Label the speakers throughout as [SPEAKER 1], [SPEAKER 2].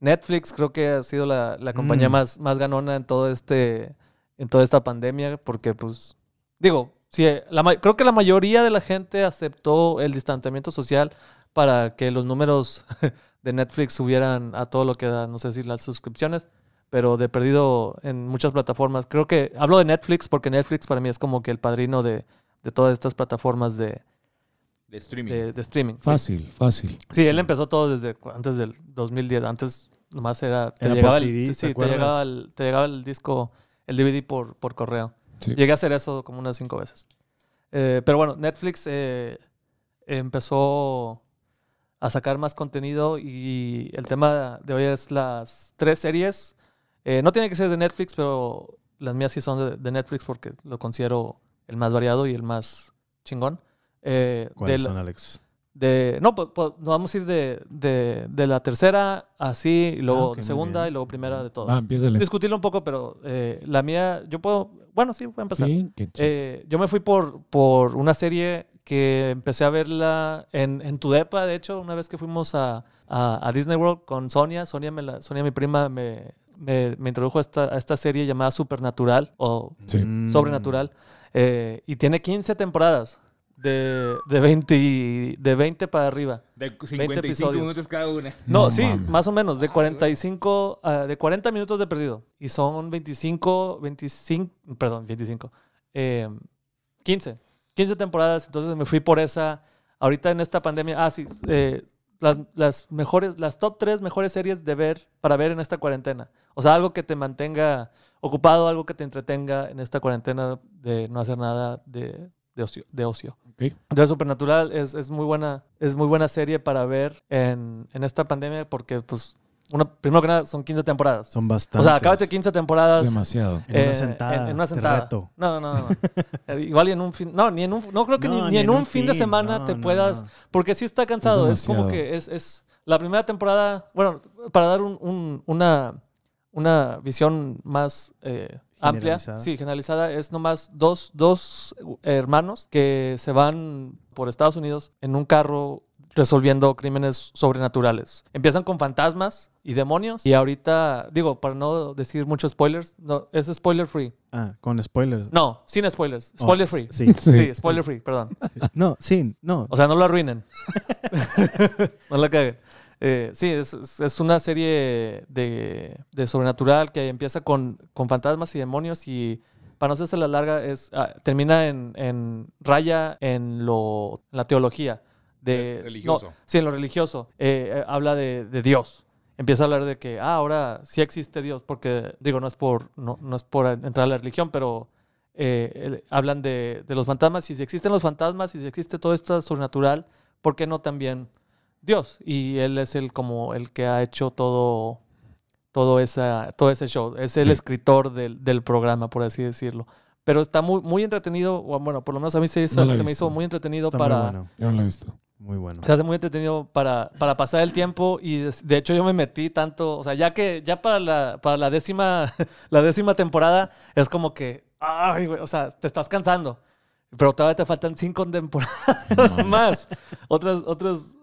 [SPEAKER 1] Netflix creo que ha sido la, la compañía
[SPEAKER 2] Mm.
[SPEAKER 1] más, más ganona en todo este, en toda esta pandemia, porque pues, digo, sí, eh, la ma- creo que la mayoría de la gente aceptó el distanciamiento social para que los números de Netflix subieran a todo lo que da, no sé si las suscripciones, pero de perdido en muchas plataformas. Creo que hablo de Netflix porque Netflix para mí es como que el padrino de, de todas estas plataformas de,
[SPEAKER 3] De streaming.
[SPEAKER 1] de, de streaming. sí.
[SPEAKER 2] Fácil, fácil.
[SPEAKER 1] Sí, él empezó todo desde cu- antes del 2010. Antes nomás era... Te
[SPEAKER 4] Era por
[SPEAKER 1] llegaba,
[SPEAKER 4] CD,
[SPEAKER 1] el,
[SPEAKER 4] ¿te
[SPEAKER 1] sí, te,
[SPEAKER 4] acuerdas?
[SPEAKER 1] llegaba el, te llegaba el disco, el DVD por, por correo.
[SPEAKER 2] Sí.
[SPEAKER 1] Llegué a hacer eso como unas cinco veces. Eh, pero bueno, Netflix eh, empezó a sacar más contenido y el tema de hoy es las tres series. Eh, no tiene que ser de Netflix, pero las mías sí son de, de Netflix porque lo considero el más variado y el más chingón. Eh,
[SPEAKER 4] ¿Cuáles
[SPEAKER 1] del-
[SPEAKER 4] son, Alex?
[SPEAKER 1] de, no, pues, pues, nos vamos a ir de, de- de la tercera así, y luego
[SPEAKER 4] Ah, ok, muy
[SPEAKER 1] segunda y
[SPEAKER 4] bien.
[SPEAKER 1] luego primera de todos.
[SPEAKER 2] Ah, empiézale.
[SPEAKER 1] Discutirlo un poco, pero eh, la mía, yo puedo, bueno, sí, voy a empezar.
[SPEAKER 2] Sí, qué chido.
[SPEAKER 1] Eh, yo me fui por, por una serie que empecé a verla en, en Tudepa, de hecho, una vez que fuimos a, a- a Disney World con Sonia. Sonia, me la- Sonia mi prima, me, me- me introdujo a esta, a esta serie llamada Supernatural o
[SPEAKER 2] Sí.
[SPEAKER 3] Mm.
[SPEAKER 1] Sobrenatural. eh, y tiene 15 temporadas de, de, 20, y- de 20 para arriba.
[SPEAKER 3] De
[SPEAKER 1] 20
[SPEAKER 3] 55
[SPEAKER 1] episodios.
[SPEAKER 3] minutos cada una.
[SPEAKER 1] No,
[SPEAKER 2] No
[SPEAKER 1] sí,
[SPEAKER 2] mames.
[SPEAKER 1] más o menos, de 45, ah, de 40 minutos de perdido. Y son 25, 25, perdón, 25, eh, 15, 15 temporadas. Entonces me fui por esa, ahorita en esta pandemia, ah, sí, eh, las, las mejores, las top 3 mejores series de ver, para ver en esta cuarentena. O sea, algo que te mantenga ocupado, algo que te entretenga en esta cuarentena de no hacer nada de, de ocio. De ocio.
[SPEAKER 2] Ok.
[SPEAKER 1] Entonces, Supernatural es, es muy buena, es muy buena serie para ver en, en esta pandemia porque, pues, uno, primero que nada, son 15 temporadas.
[SPEAKER 4] Son
[SPEAKER 1] O
[SPEAKER 4] bastantes.
[SPEAKER 1] sea, acábate 15 temporadas.
[SPEAKER 2] Demasiado.
[SPEAKER 1] eh,
[SPEAKER 4] En una sentada,
[SPEAKER 1] en- en una
[SPEAKER 4] te
[SPEAKER 1] sentada.
[SPEAKER 4] reto.
[SPEAKER 1] No, no, no. no. Eh, Igual y en un fin. No, ni en un, no creo que ni, ni en, un fin de semana
[SPEAKER 4] no,
[SPEAKER 1] te
[SPEAKER 4] no,
[SPEAKER 1] puedas.
[SPEAKER 4] no.
[SPEAKER 1] Porque sí está cansado. Es, como
[SPEAKER 2] demasiado.
[SPEAKER 1] que es, es. La primera temporada. Bueno, para dar un- un- una, una visión más eh, amplia.
[SPEAKER 4] Generalizada.
[SPEAKER 1] Sí, generalizada. Es nomás dos, dos hermanos que se van por Estados Unidos en un carro resolviendo crímenes sobrenaturales. Empiezan con fantasmas y demonios. Y ahorita, digo, para no decir muchos spoilers, no, es spoiler free.
[SPEAKER 4] Ah, con spoilers.
[SPEAKER 1] No, sin spoilers.
[SPEAKER 4] Oh,
[SPEAKER 1] Spoiler free.
[SPEAKER 4] Sí.
[SPEAKER 1] Sí, spoiler free, perdón.
[SPEAKER 4] No, sí, no.
[SPEAKER 1] O sea, no lo arruinen. no la caguen. Eh, sí, es, es- es una serie de, de sobrenatural que empieza con, con fantasmas y demonios y para no hacerse la larga, es, ah, termina en, en raya en, lo, en la teología. De,
[SPEAKER 3] Re-
[SPEAKER 1] no,
[SPEAKER 3] religioso.
[SPEAKER 1] sí, en lo religioso. Eh, eh, habla de, de Dios. Empieza a hablar de que, ah, ahora sí existe Dios, porque, digo, no es por, no, no es por entrar a la religión, pero eh, el- hablan de, de los fantasmas, y si existen los fantasmas, y si existe todo esto sobrenatural, ¿por qué no también Dios? Y él es el como el que ha hecho todo, todo, esa, todo ese show. Es el
[SPEAKER 2] Sí.
[SPEAKER 1] escritor del, del programa, por así decirlo. Pero está muy, muy entretenido, o bueno, por lo menos a mí se, hizo-
[SPEAKER 2] No lo he
[SPEAKER 1] se me
[SPEAKER 2] visto.
[SPEAKER 1] hizo muy entretenido
[SPEAKER 4] Está
[SPEAKER 1] para...
[SPEAKER 4] muy bueno.
[SPEAKER 2] Yo no lo he visto.
[SPEAKER 4] Muy bueno.
[SPEAKER 1] Se hace muy entretenido para, para pasar el tiempo y des- de hecho yo me metí tanto, o sea, ya que ya para la, para la décima la décima temporada es como que, ay, güey, o sea, te estás cansando, pero todavía te faltan cinco temporadas más, otras, otras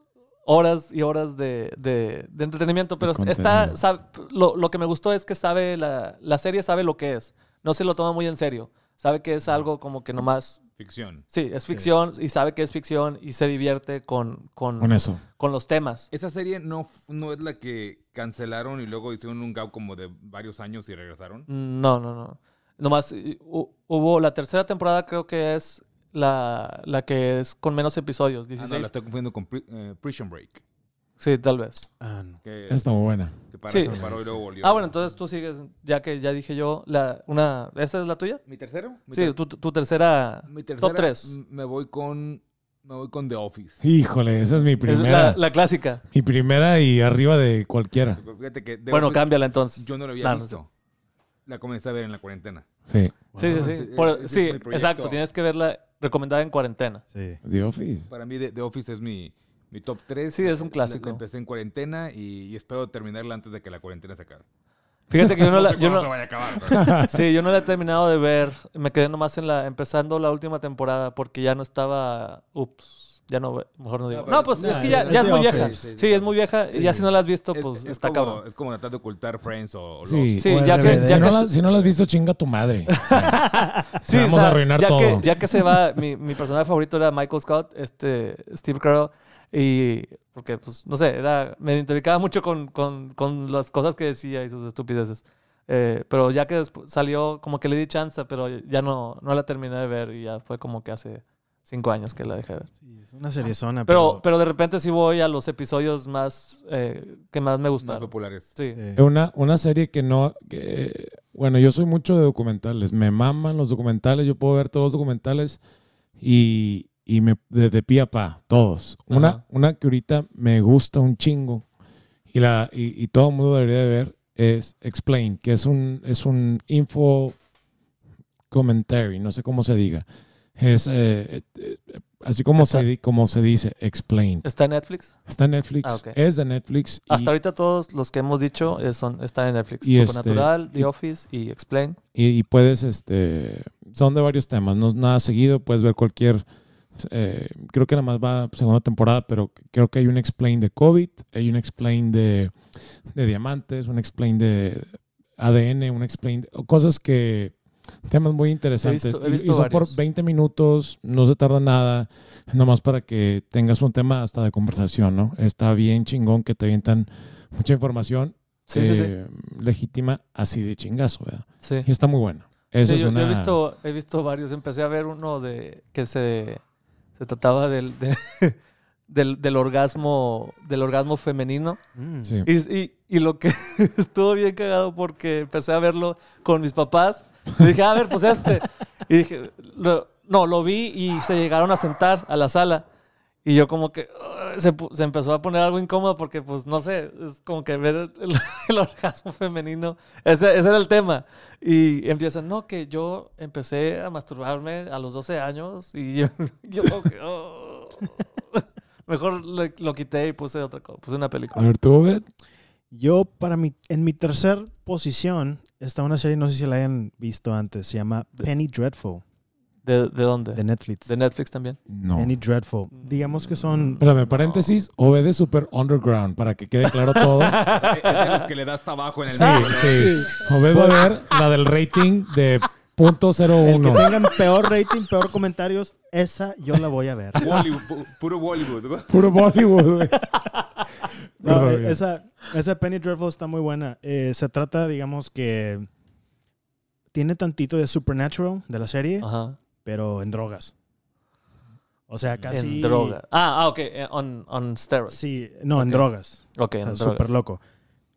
[SPEAKER 1] horas y horas de, de- de entretenimiento, pero
[SPEAKER 2] De
[SPEAKER 1] está,
[SPEAKER 2] contenido.
[SPEAKER 1] sab- lo, lo que me gustó es que sabe, la, la serie sabe lo que es, no se lo toma muy en serio, sabe que es algo como que nomás...
[SPEAKER 3] Ficción.
[SPEAKER 1] Sí, es ficción y sabe que es ficción y se divierte con, con,
[SPEAKER 2] Con eso.
[SPEAKER 1] con los temas.
[SPEAKER 3] Esa serie no, f- no es la que cancelaron y luego hicieron un gap como de varios años y
[SPEAKER 1] Mm,
[SPEAKER 3] regresaron. Ah,
[SPEAKER 1] No, no, no. Nomás eh, hu- hubo la tercera temporada, creo que es la, la que es con menos episodios,
[SPEAKER 3] Ah,
[SPEAKER 1] 16.
[SPEAKER 3] no, la estoy confundiendo con Pri- eh, Prison Break.
[SPEAKER 1] Sí, tal vez.
[SPEAKER 4] Ah, no.
[SPEAKER 1] eh,
[SPEAKER 3] Que,
[SPEAKER 2] Está muy buena.
[SPEAKER 3] que para
[SPEAKER 1] Sí.
[SPEAKER 3] se paró y luego volvió.
[SPEAKER 1] Ah, bueno, entonces tú sigues, ya que ya dije yo, la, una, ¿esa es la tuya?
[SPEAKER 3] ¿Mi tercero? Mi
[SPEAKER 1] Sí,
[SPEAKER 3] ter-
[SPEAKER 1] tu, tu tercera.
[SPEAKER 3] mi tercera, mm,
[SPEAKER 1] tres.
[SPEAKER 3] m- Me voy con, me voy con The Office.
[SPEAKER 2] Híjole, esa es mi
[SPEAKER 1] Es
[SPEAKER 2] primera.
[SPEAKER 1] la, la clásica.
[SPEAKER 2] Mi primera y arriba de cualquiera.
[SPEAKER 3] Fíjate que The
[SPEAKER 1] bueno,
[SPEAKER 3] Office
[SPEAKER 1] cámbiala entonces.
[SPEAKER 3] yo no la había
[SPEAKER 1] No, no
[SPEAKER 3] visto. La comencé a ver en la cuarentena.
[SPEAKER 1] Sí,
[SPEAKER 2] Sí.
[SPEAKER 1] sí,
[SPEAKER 3] Ah,
[SPEAKER 1] sí.
[SPEAKER 3] ese-
[SPEAKER 1] Por-
[SPEAKER 3] ese es
[SPEAKER 1] sí,
[SPEAKER 3] mi
[SPEAKER 1] exacto.
[SPEAKER 3] proyecto.
[SPEAKER 1] Tienes que verla recomendada en cuarentena.
[SPEAKER 4] Sí.
[SPEAKER 2] The Office.
[SPEAKER 3] Para mí The, The Office es mi, mi top 3.
[SPEAKER 1] Sí, es un clásico.
[SPEAKER 3] empecé en cuarentena y, y espero terminarla antes de que la cuarentena se acabe.
[SPEAKER 1] Fíjate que yo no, la,
[SPEAKER 3] sé
[SPEAKER 1] yo
[SPEAKER 3] cuándo
[SPEAKER 1] no-
[SPEAKER 3] se vaya a acabar. pero-
[SPEAKER 1] Sí, yo no la he terminado de ver. Me quedé nomás en la, empezando la última temporada porque ya no estaba. Ups. ya no, mejor no digo.
[SPEAKER 3] pero-
[SPEAKER 1] No, pues
[SPEAKER 2] no,
[SPEAKER 1] es que
[SPEAKER 2] es-
[SPEAKER 1] ya,
[SPEAKER 2] es
[SPEAKER 1] ya es
[SPEAKER 2] The
[SPEAKER 1] muy
[SPEAKER 2] Office.
[SPEAKER 1] vieja.
[SPEAKER 3] Sí, sí,
[SPEAKER 1] Sí,
[SPEAKER 3] sí.
[SPEAKER 1] es muy vieja. Y ya
[SPEAKER 3] Sí.
[SPEAKER 1] si no la has visto,
[SPEAKER 3] Es-
[SPEAKER 1] pues
[SPEAKER 3] es
[SPEAKER 1] está
[SPEAKER 3] como,
[SPEAKER 1] cabrón.
[SPEAKER 3] Es como tratar de ocultar Friends o, o
[SPEAKER 2] Sí,
[SPEAKER 3] Lost.
[SPEAKER 1] Sí,
[SPEAKER 2] o
[SPEAKER 1] ya
[SPEAKER 2] RBD.
[SPEAKER 1] se- ya
[SPEAKER 2] si, no
[SPEAKER 1] que
[SPEAKER 2] la,
[SPEAKER 1] se-
[SPEAKER 2] si no la has visto, chinga tu madre. O sea,
[SPEAKER 1] Sí,
[SPEAKER 2] te vamos
[SPEAKER 1] o sea,
[SPEAKER 2] a arruinar
[SPEAKER 1] ya
[SPEAKER 2] todo.
[SPEAKER 1] Que, ya que se va, mi, mi personaje favorito era Michael Scott, este, Steve Carell, y porque, pues, no sé, era, me identificaba mucho con, con- con las cosas que decía y sus estupideces. Eh, pero ya que despu- salió, como que le di chance, pero ya no, no la terminé de ver y ya fue como que hace cinco años que la dejé de ver.
[SPEAKER 4] Sí, es una serie
[SPEAKER 2] Ah,
[SPEAKER 4] zona.
[SPEAKER 1] ah, Pero, pero de repente sí voy a los episodios más eh, que más me
[SPEAKER 3] Más
[SPEAKER 1] gustaron.
[SPEAKER 3] populares.
[SPEAKER 1] Sí.
[SPEAKER 2] Una, una serie que no. que- bueno, yo soy mucho de documentales. Me maman los documentales. Yo puedo ver todos los documentales y, y me, de, de pie a pa, todos.
[SPEAKER 1] Ajá.
[SPEAKER 2] Una, una que ahorita me gusta un chingo y, la, y, y todo el mundo debería de ver es Explain, que es un, es un info commentary, no sé cómo se diga. Es eh, eh, eh, así como
[SPEAKER 1] Está-
[SPEAKER 2] se, di- como se dice, Explain.
[SPEAKER 1] ¿Está en Netflix?
[SPEAKER 2] Está en Netflix,
[SPEAKER 1] Ah, ok.
[SPEAKER 2] es de Netflix. y-
[SPEAKER 1] Hasta ahorita todos los que hemos dicho eh, son, están en Netflix.
[SPEAKER 2] Y este-
[SPEAKER 1] Supernatural,
[SPEAKER 2] y-
[SPEAKER 1] The Office y Explain.
[SPEAKER 2] y, y puedes, este, son de varios temas, no es nada seguido, puedes ver cualquier, eh, creo que nada más va segunda temporada, pero creo que hay un explain de COVID, hay un explain de, de diamantes, un explain de ADN, un explain, de- cosas que, temas muy interesantes.
[SPEAKER 1] visto- he
[SPEAKER 2] Y-
[SPEAKER 1] visto
[SPEAKER 2] y son
[SPEAKER 1] varios.
[SPEAKER 2] por 20 minutos, no se tarda nada, nomás para que tengas un tema hasta de conversación, ¿no? Está bien chingón que te avientan mucha información.
[SPEAKER 1] Sí, sí, sí.
[SPEAKER 2] eh, legítima así de chingazo, ¿verdad?
[SPEAKER 1] Sí.
[SPEAKER 2] Y está muy bueno. Eso
[SPEAKER 1] Sí,
[SPEAKER 2] es
[SPEAKER 1] yo, yo
[SPEAKER 2] una...
[SPEAKER 1] he, visto, he visto varios. Empecé a ver uno de que se, se trataba del, de- del, del orgasmo del orgasmo femenino.
[SPEAKER 2] Sí.
[SPEAKER 1] Y, y- y lo que estuvo bien cagado porque empecé a verlo con mis papás. Y dije, a ver, pues este. Y dije, lo- no, lo vi y se llegaron a sentar a la sala. Y yo como que "Ugh", se, pu- se empezó a poner algo incómodo porque, pues, no sé, es como que ver el, el orgasmo femenino. Ese, ese era el tema. Y empiezan, no, que yo empecé a masturbarme a los 12 años y yo, yo como que... "Oh". Mejor le- lo quité y puse otra cosa, puse una película.
[SPEAKER 2] A ver, tú, Obed.
[SPEAKER 4] Yo, para mi, en mi tercer posición, está una serie, no sé si la hayan visto antes, se llama Penny Dreadful,
[SPEAKER 1] ¿De, de dónde?
[SPEAKER 4] de
[SPEAKER 1] De,
[SPEAKER 4] Netflix.
[SPEAKER 1] Netflix también.
[SPEAKER 2] No.
[SPEAKER 4] Penny Dreadful. Digamos que son...
[SPEAKER 2] Espérame, paréntesis. Obed es super underground, para que quede claro todo.
[SPEAKER 3] Es de los Eh, que le das hasta abajo en el
[SPEAKER 2] Sí,
[SPEAKER 3] medio, ¿no?
[SPEAKER 2] sí. Obed va a ver la del rating de punto
[SPEAKER 4] El que
[SPEAKER 2] 01.
[SPEAKER 4] tengan peor rating, peor comentarios, esa yo la voy a ver.
[SPEAKER 3] Bollywood, pu- puro Bollywood. güey.
[SPEAKER 2] Puro Bollywood, güey.
[SPEAKER 4] No,
[SPEAKER 2] Perdón,
[SPEAKER 4] eh,
[SPEAKER 2] ya.
[SPEAKER 4] esa, esa Penny Dreadful está muy buena. Eh, se trata, digamos, que tiene tantito de Supernatural de la serie,
[SPEAKER 1] Ajá.
[SPEAKER 4] pero en drogas. O sea, casi.
[SPEAKER 1] En droga. Ah, ah, ok. eh, On, on steroids.
[SPEAKER 4] Sí, no, en
[SPEAKER 1] Ok.
[SPEAKER 4] drogas.
[SPEAKER 1] Ok,
[SPEAKER 4] O sea,
[SPEAKER 1] en
[SPEAKER 4] súper
[SPEAKER 1] drogas.
[SPEAKER 4] loco.